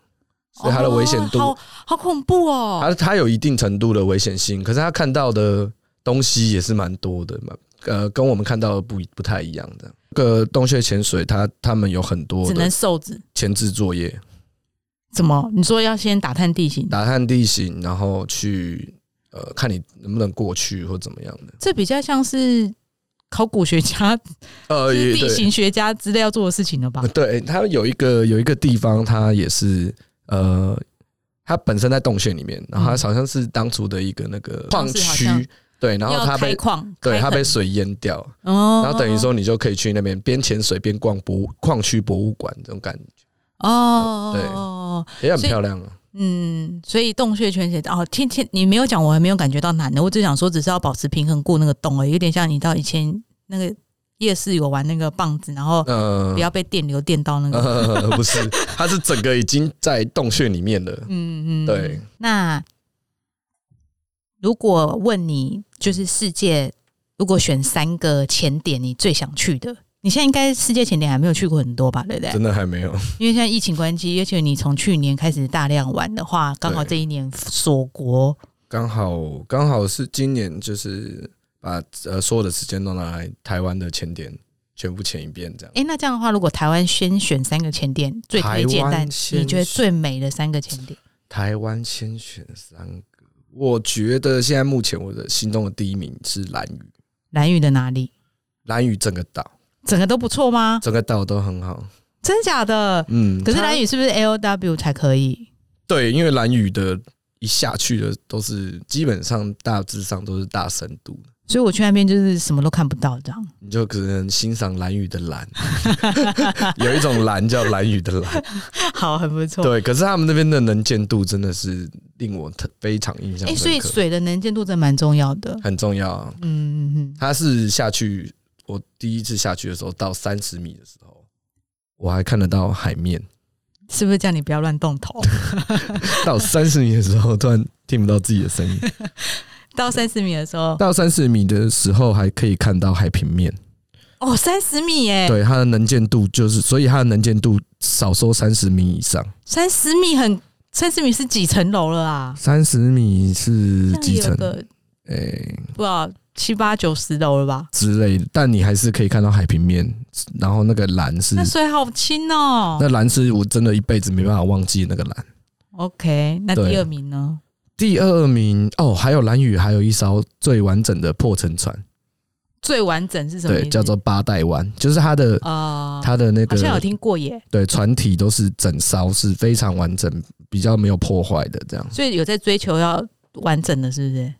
Speaker 1: 所以它的危险度，
Speaker 2: 哦好好恐怖哦。
Speaker 1: 它它有一定程度的危险性，可是它看到的东西也是蛮多的嘛，呃，跟我们看到的不一不太一样的。这个洞穴潜水，它他们有很多
Speaker 2: 只能
Speaker 1: 的
Speaker 2: 瘦子。
Speaker 1: 前置作业，
Speaker 2: 怎么？你说要先打探地形，
Speaker 1: 打探地形，然后去呃看你能不能过去或怎么样的。
Speaker 2: 这比较像是考古学
Speaker 1: <laughs>
Speaker 2: 家、
Speaker 1: 呃，也
Speaker 2: 地
Speaker 1: 对
Speaker 2: 形学家之类要做的事情了吧
Speaker 1: 呃？对，它有一个有一个地方，它也是呃，它本身在洞穴里面，然后它好像是当初的一个那个矿
Speaker 2: 嗯当时好
Speaker 1: 区
Speaker 2: 像，
Speaker 1: 对，然后
Speaker 2: 要
Speaker 1: 它
Speaker 2: 开
Speaker 1: 被
Speaker 2: 矿，
Speaker 1: 对
Speaker 2: 开
Speaker 1: 它被
Speaker 2: 垦
Speaker 1: 水淹掉，
Speaker 2: 哦，
Speaker 1: 然后等于说你就可以去那边边潜水边逛博物矿区博物馆这种感觉，
Speaker 2: 哦，
Speaker 1: 对
Speaker 2: 哦，
Speaker 1: 也很
Speaker 2: 所以
Speaker 1: 漂亮啊。
Speaker 2: 嗯，所以洞穴全写哦，天天你没有讲，我还没有感觉到难的，我只想说，只是要保持平衡过那个洞而已，有点像你到以前那个夜市有玩那个棒子，然后
Speaker 1: 呃
Speaker 2: 哦不，要被电流电到那个，
Speaker 1: 呃，不是，它是整个已经在洞穴里面了。
Speaker 2: <laughs> 嗯嗯，
Speaker 1: 对。
Speaker 3: 那
Speaker 2: 如果问你，就是世界，如果选三个潜点，你最想去的，你现在应该世界潜点还没有去过很多吧，对不对？
Speaker 1: 真的还没有，
Speaker 2: 因为现在疫情关系，而且你从去年开始大量玩的话，刚好这一年锁国，
Speaker 1: 刚好刚好是今年，就是把呃所有的时间都拿来台湾的潜点全部潜一遍，这样。
Speaker 2: 哎、那这样的话，如果台湾先选三个前店，最推荐
Speaker 1: 台湾
Speaker 2: 但
Speaker 1: 先
Speaker 2: 你觉得最美的三个前店，
Speaker 1: 台湾先选三个，我觉得现在目前我的心中的第一名是蓝屿，
Speaker 2: 蓝屿的哪里？
Speaker 1: 蓝屿整个岛，
Speaker 2: 整个都不错吗？
Speaker 1: 整个岛都很好。
Speaker 2: 真假的？
Speaker 1: 嗯，
Speaker 2: 可是
Speaker 1: 它
Speaker 2: 蓝屿是不是 L W 才可以？
Speaker 1: 对，因为蓝屿的一下去的都是基本上大致上都是大深度的，
Speaker 2: 所以我去那边就是什么都看不到，这样。
Speaker 1: 你就只能欣赏蓝屿的蓝， <laughs> 有一种蓝叫蓝屿的
Speaker 2: <laughs>
Speaker 1: 蓝。
Speaker 2: <laughs> 好，很不错。
Speaker 1: 对，可是他们那边的能见度真的是令我特非常印象
Speaker 2: 哎、所
Speaker 1: 深
Speaker 2: 以
Speaker 1: 刻，
Speaker 2: 水的能见度真的蛮重要的。
Speaker 1: 很重要、啊。
Speaker 2: 嗯嗯嗯，
Speaker 1: 它是下去，我第一次下去的时候到三十米的时候，我还看得到海面；
Speaker 2: 是不是叫你不要乱动头？ <laughs>
Speaker 1: 到三十米的时候，突然听不到自己的声音；
Speaker 2: 到三十米的时候，
Speaker 1: 到三十米的时候，还可以看到海平面。
Speaker 2: 哦，三十米耶，
Speaker 1: 对，它的能见度就是，所以它的能见度少说三十米以上。
Speaker 2: 三十米很，三十米是几层楼了啊？
Speaker 1: 三十米是
Speaker 2: 那里
Speaker 1: 几
Speaker 2: 有
Speaker 1: 层？
Speaker 2: 个
Speaker 1: 诶、
Speaker 2: 不知道七八九十楼了吧？
Speaker 1: 之类的，但你还是可以看到海平面。然后那个蓝是
Speaker 2: 那水好清哦。
Speaker 1: 嗯那蓝是我真的一辈子没办法忘记那个蓝。
Speaker 2: OK，那
Speaker 1: 对
Speaker 2: 第二名呢？
Speaker 1: 第二名哦，还有蓝宇，还有一艘最完整的破沉船，
Speaker 2: 最完整是什么意
Speaker 1: 对，
Speaker 2: 思？
Speaker 1: 叫做八代湾，就是它的、
Speaker 2: 啊，
Speaker 1: 它的那
Speaker 2: 好像有
Speaker 1: 个
Speaker 2: 听过耶，
Speaker 1: 对船体都是整艘是非常完整，比较没有破坏的，这样
Speaker 2: 所以有在追求要完整的，是不是？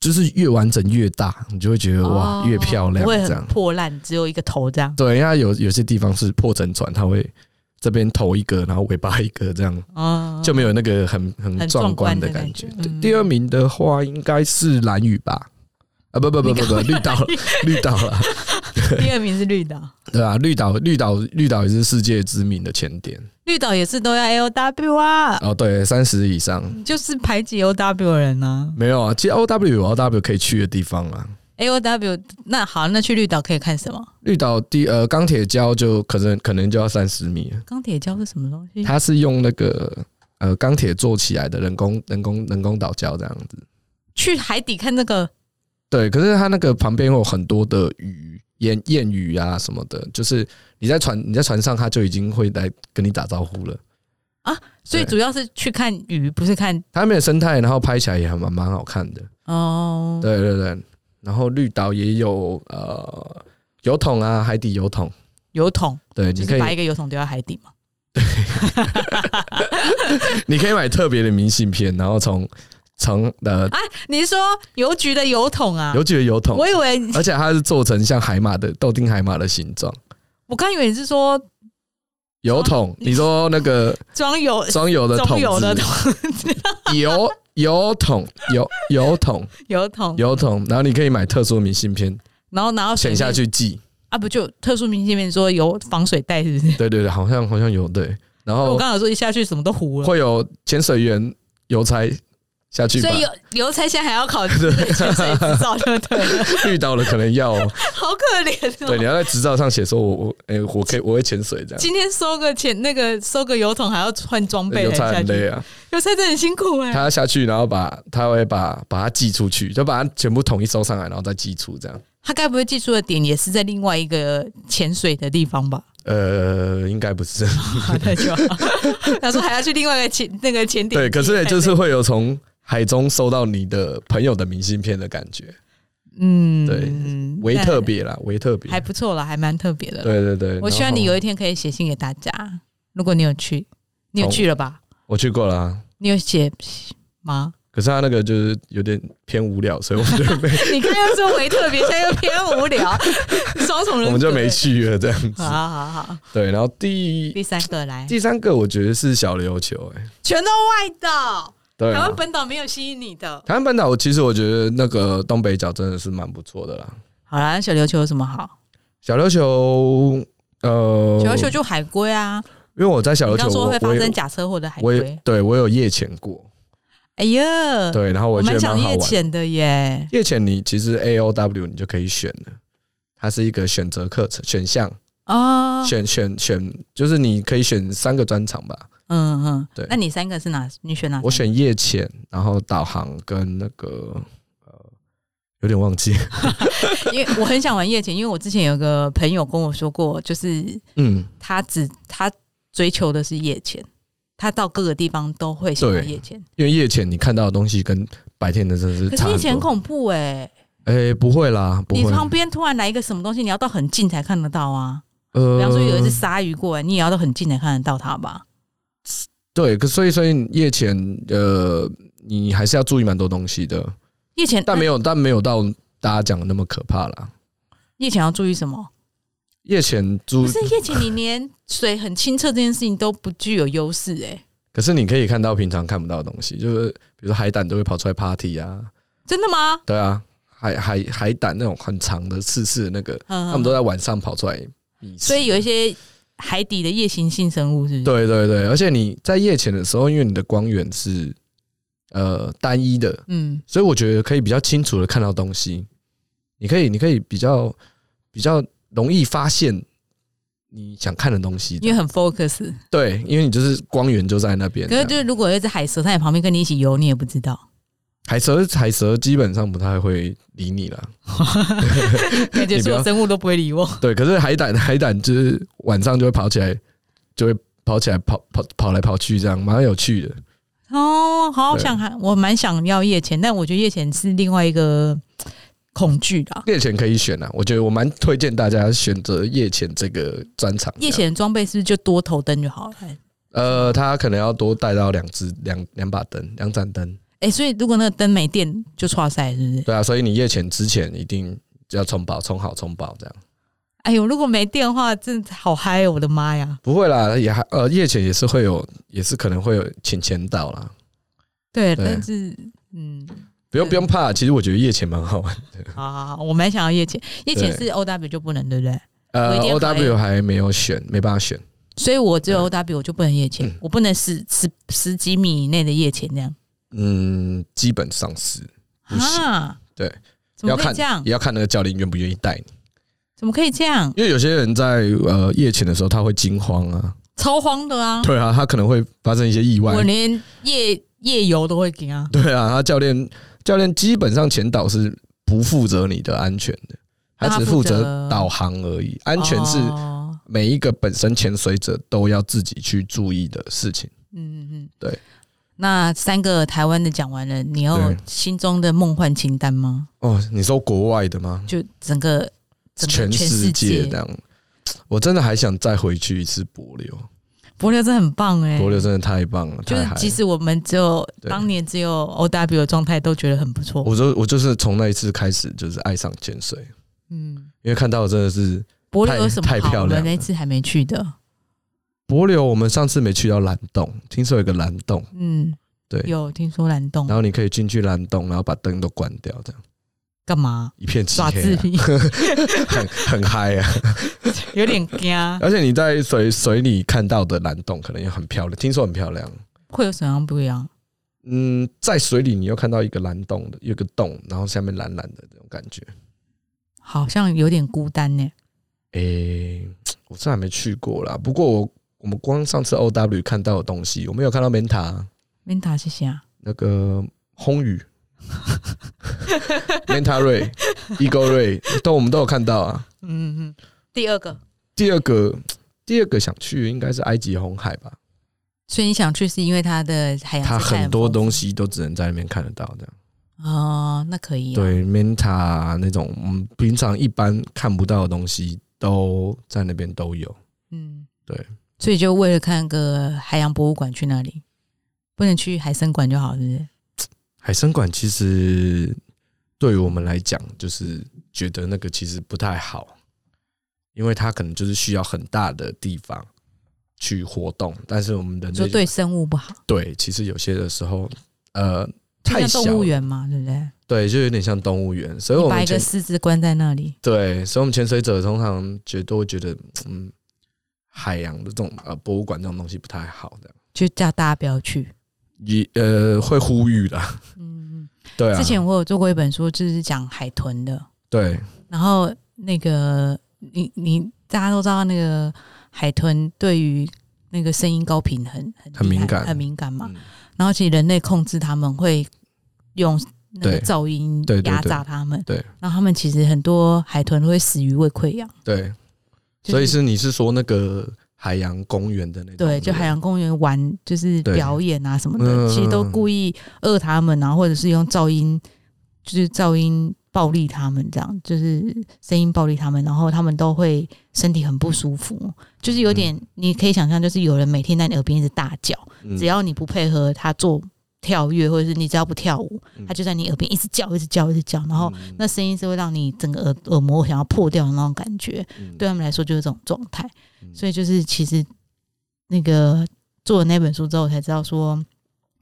Speaker 1: 就是越完整越大，你就会觉得
Speaker 2: 哦
Speaker 1: 呃哇越漂亮
Speaker 2: 不会
Speaker 1: 这
Speaker 2: 很
Speaker 1: 样。
Speaker 2: 破烂，只有一个头这样。
Speaker 1: 对，因为它有有些地方是破沉船，它会这边头一个，然后尾巴一个，这样
Speaker 2: 哦，
Speaker 1: 就没有那个很很
Speaker 2: 很
Speaker 1: 壮
Speaker 2: 壮
Speaker 1: 观
Speaker 2: 观
Speaker 1: 的
Speaker 2: 的
Speaker 1: 感
Speaker 2: 感
Speaker 1: 觉
Speaker 2: 觉。
Speaker 1: 对
Speaker 2: 嗯
Speaker 1: 第二名的话应该是蓝宇吧？啊，不不不不不，绿岛
Speaker 2: <laughs>
Speaker 1: 了，绿岛了。
Speaker 2: 第二名是绿岛，
Speaker 1: 对啊，绿岛，绿岛，绿岛也是世界知名的前点。
Speaker 2: 绿岛也是都要 L W 啊，
Speaker 1: 哦，对，三十以上
Speaker 2: 就是排挤 O W 的人呢、
Speaker 1: 没有啊。其实 O W 有 O W 可以去的地方啊。
Speaker 2: 啊。A O W 那好，那去绿岛可以看什么？
Speaker 1: 绿岛第呃钢铁礁就可能可能就要三十米了，
Speaker 2: 钢铁礁是什么东西？
Speaker 1: 它是用那个呃钢铁做起来的人工人工人工岛礁这样子。
Speaker 2: 去海底看那个
Speaker 1: 对，可是它那个旁边有很多的鱼，燕燕鱼啊什么的，就是你在船你在船上，它就已经会来跟你打招呼了。
Speaker 2: 啊所
Speaker 1: 对
Speaker 2: 以主要是去看鱼，不是看
Speaker 1: 它那边的生态，然后拍起来也还蛮蛮好看的。
Speaker 2: 哦。
Speaker 1: 对对对，然后绿岛也有呃油桶啊，海底油桶，
Speaker 2: 油桶，
Speaker 1: 对，
Speaker 2: 就
Speaker 1: 你可
Speaker 2: 是把
Speaker 1: 以
Speaker 2: 一个油桶丢到海底嘛。
Speaker 1: <laughs> 你可以买特别的明信片，然后从从呃
Speaker 2: 啊，你是说邮局的油桶啊？
Speaker 1: 邮局的油桶
Speaker 2: 我，以为
Speaker 1: 而且它是做成像海马的豆丁海马的形状。
Speaker 2: 我刚以为你是说
Speaker 1: 油桶，你说那
Speaker 2: <laughs>
Speaker 1: 个
Speaker 2: 装油
Speaker 1: 装油的桶
Speaker 2: 装油的 <laughs>
Speaker 1: 子，
Speaker 2: 桶
Speaker 1: 油油桶油油桶
Speaker 2: 油桶，
Speaker 1: 油桶，然后你可以买特殊的明信片，
Speaker 2: 然后然后
Speaker 1: 潜下去寄。
Speaker 2: 啊，不就特殊明信片说有防水袋是不是？
Speaker 1: 对对对，好像好像有对，然
Speaker 2: 我
Speaker 1: 后
Speaker 2: 刚好说一下去什么都糊了。
Speaker 1: 会有潜水员邮差下去吧
Speaker 2: 所。以邮邮差现在还要考潜水执照，对不对
Speaker 1: <laughs>
Speaker 2: 了？
Speaker 1: 遇到了可能要哦，
Speaker 2: 好可怜
Speaker 1: 对，
Speaker 2: 哦。
Speaker 1: 你要在执照上写说我我哎、我可以我会潜水
Speaker 2: <laughs>
Speaker 1: 这样，
Speaker 2: 今天收个钱，那个收个油桶还要换装备
Speaker 1: 邮
Speaker 2: 才
Speaker 1: 差
Speaker 2: 下
Speaker 1: 很累
Speaker 2: 去，
Speaker 1: 啊。
Speaker 2: 邮差真的很辛苦哎、
Speaker 1: 他要下去，然后把他会把把它寄出去，就把它全部统一收上来，然后再寄出这样。
Speaker 2: 他该不会寄出的点也是在另外一个潜水的地方吧？
Speaker 1: 呃，应该不是
Speaker 2: 那就 <laughs> 好，他说还要去另外一个潜那个潜点
Speaker 1: 对，
Speaker 2: 地。
Speaker 1: 可是也
Speaker 2: 太
Speaker 1: 就是
Speaker 2: 累
Speaker 1: 会有从海中收到你的朋友的明信片的感觉，
Speaker 2: 嗯，
Speaker 1: 对
Speaker 2: 嗯
Speaker 1: 为特，别啦，为特别
Speaker 2: 那。还不错啦，还蛮特别的。
Speaker 1: 对对对，
Speaker 2: 我希望
Speaker 1: 然后
Speaker 2: 你有一天可以写信给大家，如果你有去，你有
Speaker 1: 从
Speaker 2: 去了吧？
Speaker 1: 我去过啦，
Speaker 2: 你有写吗？ <laughs>
Speaker 1: 可是他那个就是有点偏无聊， <laughs> 所以我们就没
Speaker 2: 你刚刚说为特别，现在又偏无
Speaker 1: <laughs>
Speaker 2: 聊，双重人格
Speaker 1: 我们就没。去了这样子
Speaker 2: 好。好好，
Speaker 1: 对，然后第
Speaker 2: 第三个来，
Speaker 1: 第三个我觉得是小琉球、哎，
Speaker 2: <laughs> 全都外岛，
Speaker 1: 对
Speaker 2: 台
Speaker 1: 啊、
Speaker 2: 湾本岛没有吸引你的。
Speaker 1: 台湾半岛其实我觉得那个东北角真的是蛮不错的啦。
Speaker 2: 好啦，小琉球有什么好？
Speaker 1: 小琉球，呃，
Speaker 2: 小琉球就海龟啊，
Speaker 1: 因为我在小
Speaker 2: 你
Speaker 1: 琉球，
Speaker 2: 刚说
Speaker 1: 我
Speaker 2: 会发
Speaker 1: 我有
Speaker 2: 生假车祸的海
Speaker 1: 我也
Speaker 2: 龟。
Speaker 1: 对我有夜潜过，
Speaker 2: 哎呀，
Speaker 1: 对，然后
Speaker 2: 我
Speaker 1: 觉
Speaker 2: 蛮
Speaker 1: 得
Speaker 2: 想
Speaker 1: 蛮好
Speaker 2: 夜
Speaker 1: 玩的。
Speaker 2: 潜的耶。
Speaker 1: 夜潜你其实 A O W 你就可以选了，它是一个选择课程选项，
Speaker 2: 哦，
Speaker 1: 选选选，就是你可以选三个专场吧。
Speaker 2: 嗯嗯，
Speaker 1: 对
Speaker 2: 那你三个是哪？你选哪？
Speaker 1: 我。选夜潜，然后导航跟那个呃，有点忘记，
Speaker 2: 因为我很想玩夜潜，因为我之前有个朋友跟我说过，就是
Speaker 1: 嗯，
Speaker 2: 他只他追求的是夜潜，他到各个地方都会想要
Speaker 1: 对
Speaker 2: 夜潜。
Speaker 1: 因为夜潜你看到的东西跟白天的真的是
Speaker 2: 可
Speaker 1: 差
Speaker 2: 是夜
Speaker 1: 很
Speaker 2: 潜很
Speaker 1: 多。
Speaker 2: 恐怖哎、
Speaker 1: 哎、不会啦，不
Speaker 2: 你
Speaker 1: 会。
Speaker 2: 旁边突然来一个什么东西，你要到很近才看得到啊。
Speaker 1: 呃
Speaker 2: 比方说有一只鲨鱼过来，你也要到很近才看得到它吧？
Speaker 1: 对，可所以所以夜潜呃，你还是要注意蛮多东西的，
Speaker 2: 夜潜，呃
Speaker 1: 但没
Speaker 2: 有
Speaker 1: 有但没有到大家讲的那么可怕啦。
Speaker 2: 夜潜要注意什么？
Speaker 1: 夜潜
Speaker 2: 不
Speaker 1: 猪，
Speaker 2: 是夜潜，你连水很清澈这件事情都不具有优势哎，
Speaker 1: 可是你可以看到平常看不到的东西，就是比如说海胆都会跑出来 party 啊，
Speaker 2: 真的吗？
Speaker 1: 对啊，海海海胆那种很长的刺刺的那个，
Speaker 2: 嗯，
Speaker 1: 他们都在晚上跑出来觅食。
Speaker 2: 所以有一些海底的夜行性生物是不是？
Speaker 1: 对对对，而且你在夜潜的时候，因为你的光源是呃单一的，
Speaker 2: 嗯，
Speaker 1: 所以我觉得可以比较清楚的看到东西。你可以，你可以比较比较容易发现你想看的东西。
Speaker 2: 因为很 focus。
Speaker 1: 对，因为你就是光源就在那边。
Speaker 2: 可是就是如果有一只海蛇它在旁边跟你一起游，你也不知道，
Speaker 1: 海蛇，海蛇基本上不太会理你了。<laughs> 你
Speaker 2: 感觉
Speaker 1: 不
Speaker 2: 所
Speaker 1: 要
Speaker 2: 有生物都不会
Speaker 1: <laughs>
Speaker 2: 理我。
Speaker 1: 对，可是海胆，海胆就是晚上就会跑起来，就会跑起来跑跑跑来跑去，这样蛮有趣的。
Speaker 2: 哦，好
Speaker 1: 对
Speaker 2: 想看，我蛮想要夜潜，但我觉得夜潜是另外一个恐惧的。
Speaker 1: 夜潜可以选啊，我觉得我蛮推荐大家选择夜潜这个专场。
Speaker 2: 夜潜的装备是不是就多头灯就好了？哎、
Speaker 1: 呃，他可能要多带到两只两两把灯，两盏灯。
Speaker 2: 哎所以如果那个灯没电就刷塞，是不是？
Speaker 1: 对啊，所以你夜潜之前一定要充饱，充好，充饱这样。
Speaker 2: 哎呦，如果没电的话，真的好嗨、哦！我的妈呀！
Speaker 1: 不会啦，也还呃夜潜也是会有，也是可能会有浅浅岛啦，
Speaker 2: 对，
Speaker 1: 对
Speaker 2: 但是嗯，
Speaker 1: 不用
Speaker 2: 对
Speaker 1: 不用怕。其实我觉得夜潜蛮好玩。
Speaker 2: 好好好，我蛮想要夜潜，夜潜
Speaker 1: 对
Speaker 2: 是 O W 就不能，对不对？我
Speaker 1: 呃
Speaker 2: 一定
Speaker 1: ，O
Speaker 2: 要考虑
Speaker 1: W 还没有选，没办法选。
Speaker 2: 所以我只
Speaker 1: 嗯
Speaker 2: 有 O W 我就不能夜潜，我不能十十十几米以内的夜潜这样
Speaker 1: 嗯，基本上是不行
Speaker 2: 啊？
Speaker 1: 对，
Speaker 2: 怎
Speaker 1: 要
Speaker 2: 么可
Speaker 1: 看
Speaker 2: 以这样？
Speaker 1: 也要看那个教练愿不愿意带你，
Speaker 2: 怎么可以这样？
Speaker 1: 因为有些人在呃夜潜的时候他会惊慌啊，
Speaker 2: 超慌的啊！
Speaker 1: 对啊，他可能会发生一些意外
Speaker 2: 我。连夜夜游都会给啊。
Speaker 1: 对啊，他教练教练基本上前导是不负责你的安全的，
Speaker 2: 那他
Speaker 1: 只负
Speaker 2: 负
Speaker 1: 责
Speaker 2: 责
Speaker 1: 导航而已。安全是
Speaker 2: 哦
Speaker 1: 每一个本身潜水者都要自己去注意的事情。
Speaker 2: 嗯嗯嗯，
Speaker 1: 对。
Speaker 2: 那三个台湾的讲完了，你有
Speaker 1: 对
Speaker 2: 心中的梦幻清单吗？
Speaker 1: 哦，你说国外的吗？
Speaker 2: 就整个整个全
Speaker 1: 世
Speaker 2: 界
Speaker 1: 这，样，我真的还想再回去一次柏流，
Speaker 2: 柏流真的很棒哎、
Speaker 1: 柏流真的太棒了，
Speaker 2: 就是
Speaker 1: 太嗨了
Speaker 2: 即使我们只有
Speaker 1: 对
Speaker 2: 当年只有 O W 的状态，都觉得很不错。
Speaker 1: 我就我就是从那一次开始，就是爱上潜水，
Speaker 2: 嗯，
Speaker 1: 因为看到的真的是
Speaker 2: 柏流有什么
Speaker 1: 太太
Speaker 2: 好？
Speaker 1: 漂
Speaker 2: 我
Speaker 1: 亮
Speaker 2: 们
Speaker 1: 了
Speaker 2: 那次还没去的。
Speaker 1: 柏流。我们上次没去到蓝洞，听说有个蓝洞，
Speaker 2: 嗯，
Speaker 1: 对
Speaker 2: 有听说蓝洞
Speaker 1: 然后你可以进去蓝洞，然后把灯都关掉，这样
Speaker 2: 干嘛
Speaker 1: 一片漆
Speaker 2: 耍
Speaker 1: 黑、
Speaker 2: 自
Speaker 1: 啊，
Speaker 2: 闭，
Speaker 1: 很很嗨
Speaker 2: <laughs>
Speaker 1: 啊！
Speaker 2: 有点干。
Speaker 1: 而且你在水水里看到的蓝洞，可能也很漂亮，听说很漂亮。
Speaker 2: 会有什么样不一样？
Speaker 1: 嗯，在水里你又看到一个蓝洞的，有个洞，然后下面蓝蓝的那种感觉。
Speaker 2: 好像有点孤单呢、
Speaker 1: 诶、我这还没去过啦。不过我我们光上次 O W 看到的东西，我们有看到 Menta
Speaker 2: Minta，谢谢啊。
Speaker 1: 那个轰雨、Menta 瑞、Ego 瑞都我们都有看到啊。
Speaker 2: 嗯嗯，第二个，
Speaker 1: 第二个第二个想去的应该是埃及红海吧，
Speaker 2: 所以你想去是因为它的海洋
Speaker 1: 它
Speaker 2: 资产
Speaker 1: 很多
Speaker 2: 丰富
Speaker 1: 东西都只能在那边看得到这样。
Speaker 2: 哦，那可以、啊。，
Speaker 1: 对，Menta 啊那种我们平常一般看不到的东西都在那边都有。
Speaker 2: 嗯，
Speaker 1: 对。
Speaker 2: 所以就为了看个海洋博物馆去那里，不能去海参馆就好，是不是？
Speaker 1: 海参馆其实对于我们来讲，就是觉得那个其实不太好，因为它可能就是需要很大的地方去活动，但是我们的
Speaker 2: 你
Speaker 1: 那
Speaker 2: 说对生物不好，
Speaker 1: 对，其实有些的时候，呃，
Speaker 2: 就
Speaker 1: 太
Speaker 2: 像
Speaker 1: 小
Speaker 2: 动物园嘛，对不对？
Speaker 1: 对，就有点像动物园，所以
Speaker 2: 你
Speaker 1: 我
Speaker 2: 把
Speaker 1: 们
Speaker 2: 一个
Speaker 1: 潜
Speaker 2: 狮子关在那里，
Speaker 1: 对，所以我们潜水者通常觉都会觉得，嗯，海洋的这种呃博物馆这种东西不太好的，
Speaker 2: 就叫大家不要去。
Speaker 1: 也呃会呼吁啦，
Speaker 2: 嗯，
Speaker 1: 对啊，
Speaker 2: 之前我有做过一本书，就是讲海豚的，
Speaker 1: 对
Speaker 2: 然后那个你你大家都知道，那个海豚对于那个声音高频很很
Speaker 1: 很
Speaker 2: 厉害
Speaker 1: 敏感
Speaker 2: 很敏感嘛。
Speaker 1: 嗯
Speaker 2: 然后其实人类控制他们会用那个
Speaker 1: 对
Speaker 2: 噪音
Speaker 1: 对对对
Speaker 2: 压榨他们，
Speaker 1: 对
Speaker 2: 然后他们其实很多海豚会死于胃溃疡，
Speaker 1: 对，
Speaker 2: 就
Speaker 1: 所以是你是说那个海洋公园的那种？
Speaker 2: 对，就海洋公园玩就是
Speaker 1: 对
Speaker 2: 表演啊什么的，
Speaker 1: 嗯
Speaker 2: 其实都故意饿他们，然后或者是用噪音，就是噪音暴力他们，这样就是声音暴力他们，然后他们都会身体很不舒服，就是有点、你可以想象，就是有人每天在你耳边一直大叫，
Speaker 1: 嗯
Speaker 2: 只要你不配合他做跳跃，或者是你只要不跳舞，
Speaker 1: 嗯
Speaker 2: 他就在你耳边一直叫，一直叫，一直叫，然后
Speaker 1: 嗯
Speaker 2: 那声音是会让你整个耳耳膜想要破掉的那种感觉。
Speaker 1: 嗯
Speaker 2: 对他们来说就是这种状态。
Speaker 1: 嗯
Speaker 2: 所以就是其实那个做了那本书之后，我才知道说，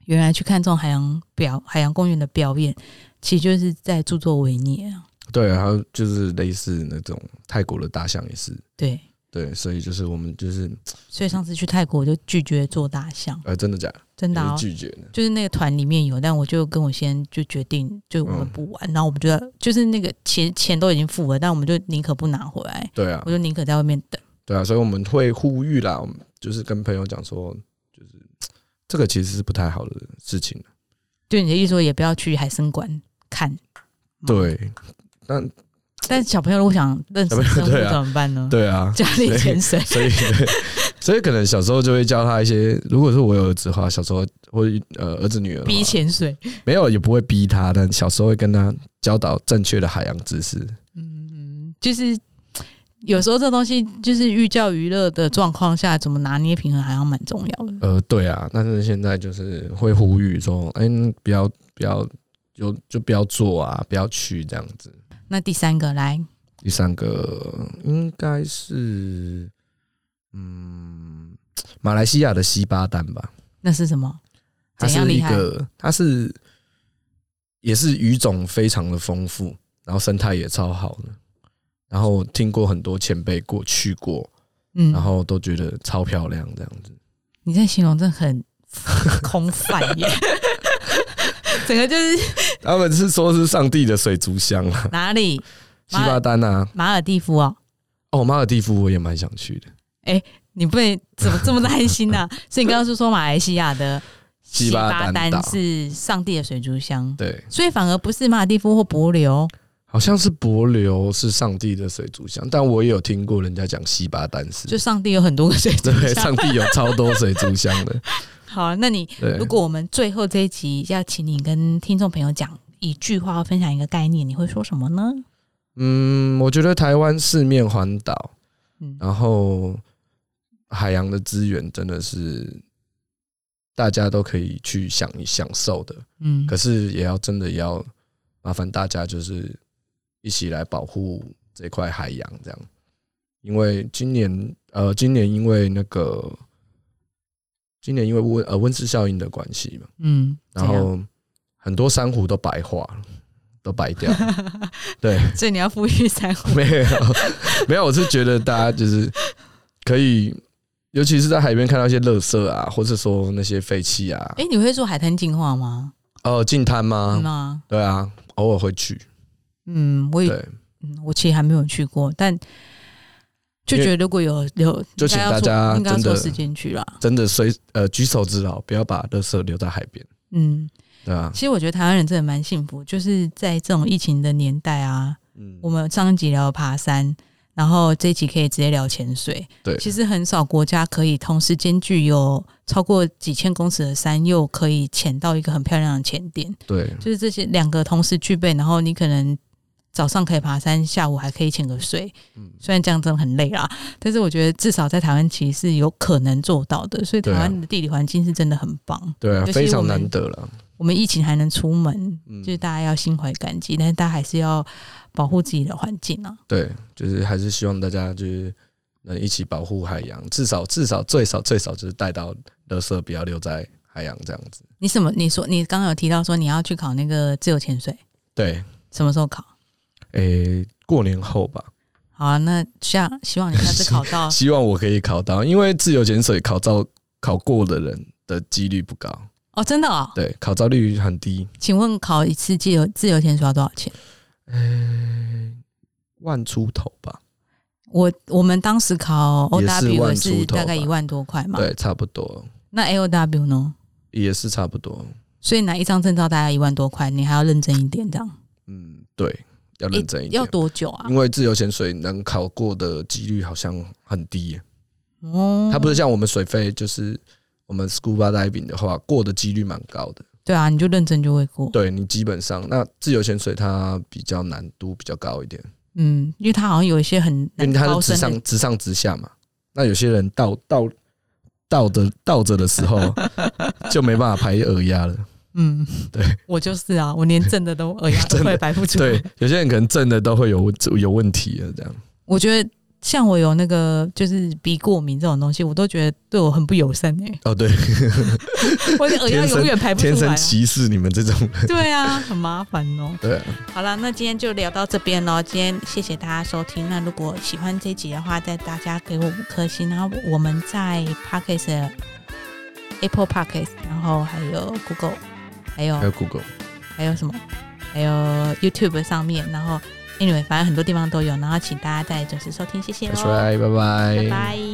Speaker 2: 原来去看这种海洋表海洋公园的表演，其实就是在著作维涅啊。
Speaker 1: 对，还有就是类似那种泰国的大象也是，
Speaker 2: 对，
Speaker 1: 对，所以就是我们就是
Speaker 2: 所以上次去泰国我就拒绝做大象，
Speaker 1: 呃，真的假的？
Speaker 2: 真的、
Speaker 1: 你
Speaker 2: 啊
Speaker 1: 是。拒绝的，
Speaker 2: 就是那个团里面有，但我就跟我先就决定，就我们
Speaker 1: 嗯
Speaker 2: 不玩，然后我们就要就是那个钱钱都已经付了，但我们就宁可不拿回来，
Speaker 1: 对啊
Speaker 2: 我，就宁可在外面等。
Speaker 1: 对啊，所以我们会呼吁啦，我们就是跟朋友讲说，就是这个其实是不太好的事情，
Speaker 2: 就你的意思说，也不要去海参馆看，嗯
Speaker 1: 对，
Speaker 2: 但小朋友如果想认识
Speaker 1: 小
Speaker 2: 生
Speaker 1: 朋友
Speaker 2: 物
Speaker 1: 对啊
Speaker 2: 怎么办呢？
Speaker 1: 对啊，
Speaker 2: 家里潜水，
Speaker 1: 所以， <laughs> 对，所以可能小时候就会教他一些，如果是我有儿子的话，小时候会呃儿子女儿的话
Speaker 2: 逼潜水，
Speaker 1: 没有，也不会逼他，但小时候会跟他教导正确的海洋知识。
Speaker 2: 嗯，就是有时候这东西就是寓教于乐的状况下，怎么拿捏平衡好像蛮重要的。
Speaker 1: 呃，对啊，但是现在就是会呼吁说，哎、不要不要，就就不要做啊，不要去这样子。
Speaker 2: 那第三个来，
Speaker 1: 第三个嗯应该是，嗯，马来西亚的西巴丹吧，
Speaker 2: 那是什么？
Speaker 1: 它
Speaker 2: 怎样
Speaker 1: 是
Speaker 2: 厉
Speaker 1: 一
Speaker 2: 害
Speaker 1: 个，它是也是鱼种非常的丰富，然后生态也超好的。然后我听过很多前辈过去过，
Speaker 2: 嗯，
Speaker 1: 然后都觉得超漂亮这样子。
Speaker 2: 你这形容真的
Speaker 1: <laughs>
Speaker 2: 很空泛耶，整个就是
Speaker 1: 他们是说是上帝的水族箱
Speaker 2: <laughs>
Speaker 1: 啊，
Speaker 2: 哪里
Speaker 1: 西巴丹啊，
Speaker 2: 马尔蒂夫哦。
Speaker 1: 哦，马尔蒂夫我也蛮想去的，
Speaker 2: 你不能怎么这么担心呢、所以你刚刚是说马来西亚的
Speaker 1: 西巴丹岛
Speaker 2: 丹是上帝的水族箱，
Speaker 1: 对，
Speaker 2: 所以反而不是马尔蒂夫或帛琉。
Speaker 1: 好像是帛琉是上帝的水族箱，但我也有听过人家讲西巴丹，
Speaker 2: 就是上帝有很多个水族
Speaker 1: 对，
Speaker 2: 箱。
Speaker 1: 上帝有超多水族箱
Speaker 2: <laughs>
Speaker 1: 的，
Speaker 2: 好，啊那你
Speaker 1: 对
Speaker 2: 如，果我们最后这一集要请你跟听众朋友讲一句话，或分享一个概念，你会说什么呢？
Speaker 1: 嗯，我觉得台湾四面环岛，
Speaker 2: 嗯，
Speaker 1: 然后海洋的资源真的是大家都可以去享享受的，
Speaker 2: 嗯
Speaker 1: 可是也要真的也要麻烦大家，就是一起来保护这块海洋，这样。因为今年呃，今年因为那个，今年因为温呃温室效应的关系嘛，
Speaker 2: 嗯，
Speaker 1: 然
Speaker 2: 怎样
Speaker 1: 后很多珊瑚都白化了，都白掉了。 <laughs> 对，
Speaker 2: <laughs> 所以你要富裕三瑚，
Speaker 1: 没有没有，我是觉得大家就是可以尤其是在海边看到一些垃圾啊，或者说那些废气啊，
Speaker 2: 哎、你会说海滩净化吗？
Speaker 1: 哦，进滩
Speaker 2: 嗯
Speaker 1: 吗？
Speaker 2: 啊，
Speaker 1: 对啊，偶尔会去。
Speaker 2: 嗯，我也
Speaker 1: 对，
Speaker 2: 嗯，我其实还没有去过，但就觉得如果有有，
Speaker 1: 就请大家
Speaker 2: 应该要
Speaker 1: 真的
Speaker 2: 抽时间去啦。
Speaker 1: 真的随呃举手之劳，不要把垃圾留在海边，
Speaker 2: 嗯，
Speaker 1: 对啊，
Speaker 2: 其实我觉得台湾人真的蛮幸福，就是在这种疫情的年代啊，
Speaker 1: 嗯
Speaker 2: 我，们上一集聊爬山，然后这一集可以直接聊潜水。
Speaker 1: 对
Speaker 2: 其实很少国家可以同时兼具有超过几千公尺的山，又可以潜到一个很漂亮的潜点，
Speaker 1: 对
Speaker 2: 就是这些两个同时具备，然后你可能。早上可以爬山，下午还可以潜个水。
Speaker 1: 嗯
Speaker 2: 虽然这样真的很累啦，但是我觉得至少在台湾其实是有可能做到的。所以台
Speaker 1: 对啊
Speaker 2: 湾的地理环境是真的很棒。
Speaker 1: 对啊
Speaker 2: 尤，其
Speaker 1: 非常
Speaker 2: 我们
Speaker 1: 难得了。
Speaker 2: 我们疫情还能出门，
Speaker 1: 嗯
Speaker 2: 就是大家要心怀感激，但是大家还是要保护自己的环境啊。
Speaker 1: 对，就是还是希望大家就是能一起保护海洋，至少至少最少最少就是带到垃圾不要留在海洋这样子。
Speaker 2: 你什么？你说你刚刚有提到说你要去考那个自由潜水，
Speaker 1: 对，
Speaker 2: 什么时候考？
Speaker 1: 诶、过年后吧，
Speaker 2: 好啊，那下希望你下次考
Speaker 1: <laughs>
Speaker 2: 到
Speaker 1: 希望我可以考到，因为自由潜水考照考过的人的几率不高，
Speaker 2: 哦，真的哦。
Speaker 1: 对，考照率很低，
Speaker 2: 请问考一次自由自由潜水要多少钱？
Speaker 1: 万出头吧，
Speaker 2: 我我们当时考
Speaker 1: 也是
Speaker 2: OW
Speaker 1: 万出
Speaker 2: 也是
Speaker 1: 头吧
Speaker 2: 大概一万多块嘛，
Speaker 1: 对，差不多，
Speaker 2: 那 LW 呢？
Speaker 1: 也是差不多，
Speaker 2: 所以拿一张证照大概一万多块，你还要认真一点，这样
Speaker 1: 嗯，对，要认真一点
Speaker 2: 要，多久啊
Speaker 1: 因？为自由潜水能考过的几率好像很低耶、嗯
Speaker 2: 哦，
Speaker 1: 它不是像我们水费，就是我们 scuba diving 的话，过的几率蛮高的。
Speaker 2: 对啊，你就认真就会过。
Speaker 1: 对你基本上，那自由潜水它比较难度比较高一点，
Speaker 2: 嗯，因为它好像有一些很
Speaker 1: 因为它
Speaker 2: 高
Speaker 1: 是直
Speaker 2: 深的
Speaker 1: 上直上直下嘛。那有些人倒倒倒着倒着的时
Speaker 2: <laughs>
Speaker 1: 候就没办法排耳压了。
Speaker 2: 嗯，
Speaker 1: 对，
Speaker 2: <laughs> 我就是啊，我连正的都耳压
Speaker 1: <laughs>
Speaker 2: 都
Speaker 1: 真的
Speaker 2: 会白不出。
Speaker 1: 对，有些人可能正的都会有问有问题的这样。
Speaker 2: 我觉得像我有那个就是鼻过敏这种东西，我都觉得对我很不友善哎、
Speaker 1: <laughs> 哦，对，
Speaker 2: 我的耳压
Speaker 1: 天生
Speaker 2: 永远排不
Speaker 1: 天
Speaker 2: 出来、
Speaker 1: 生
Speaker 2: 啊。
Speaker 1: 歧视你们这种人。
Speaker 2: <laughs> 对啊，很麻烦哦。
Speaker 1: 对啊，
Speaker 2: 好啦，那今天就聊到这边喽。今天谢谢大家收听。那如果喜欢这集的话，再大家给我五颗星。然后我们在 Pocket 的、Apple Pocket，然后还有 Google，还有
Speaker 1: 还有 Google，
Speaker 2: 还有什么，还有 YouTube 上面，然后 anyway，反正很多地方都有。然后请大家再准时收听，谢谢
Speaker 1: 拜
Speaker 2: 喽，
Speaker 1: 拜拜
Speaker 2: 拜拜。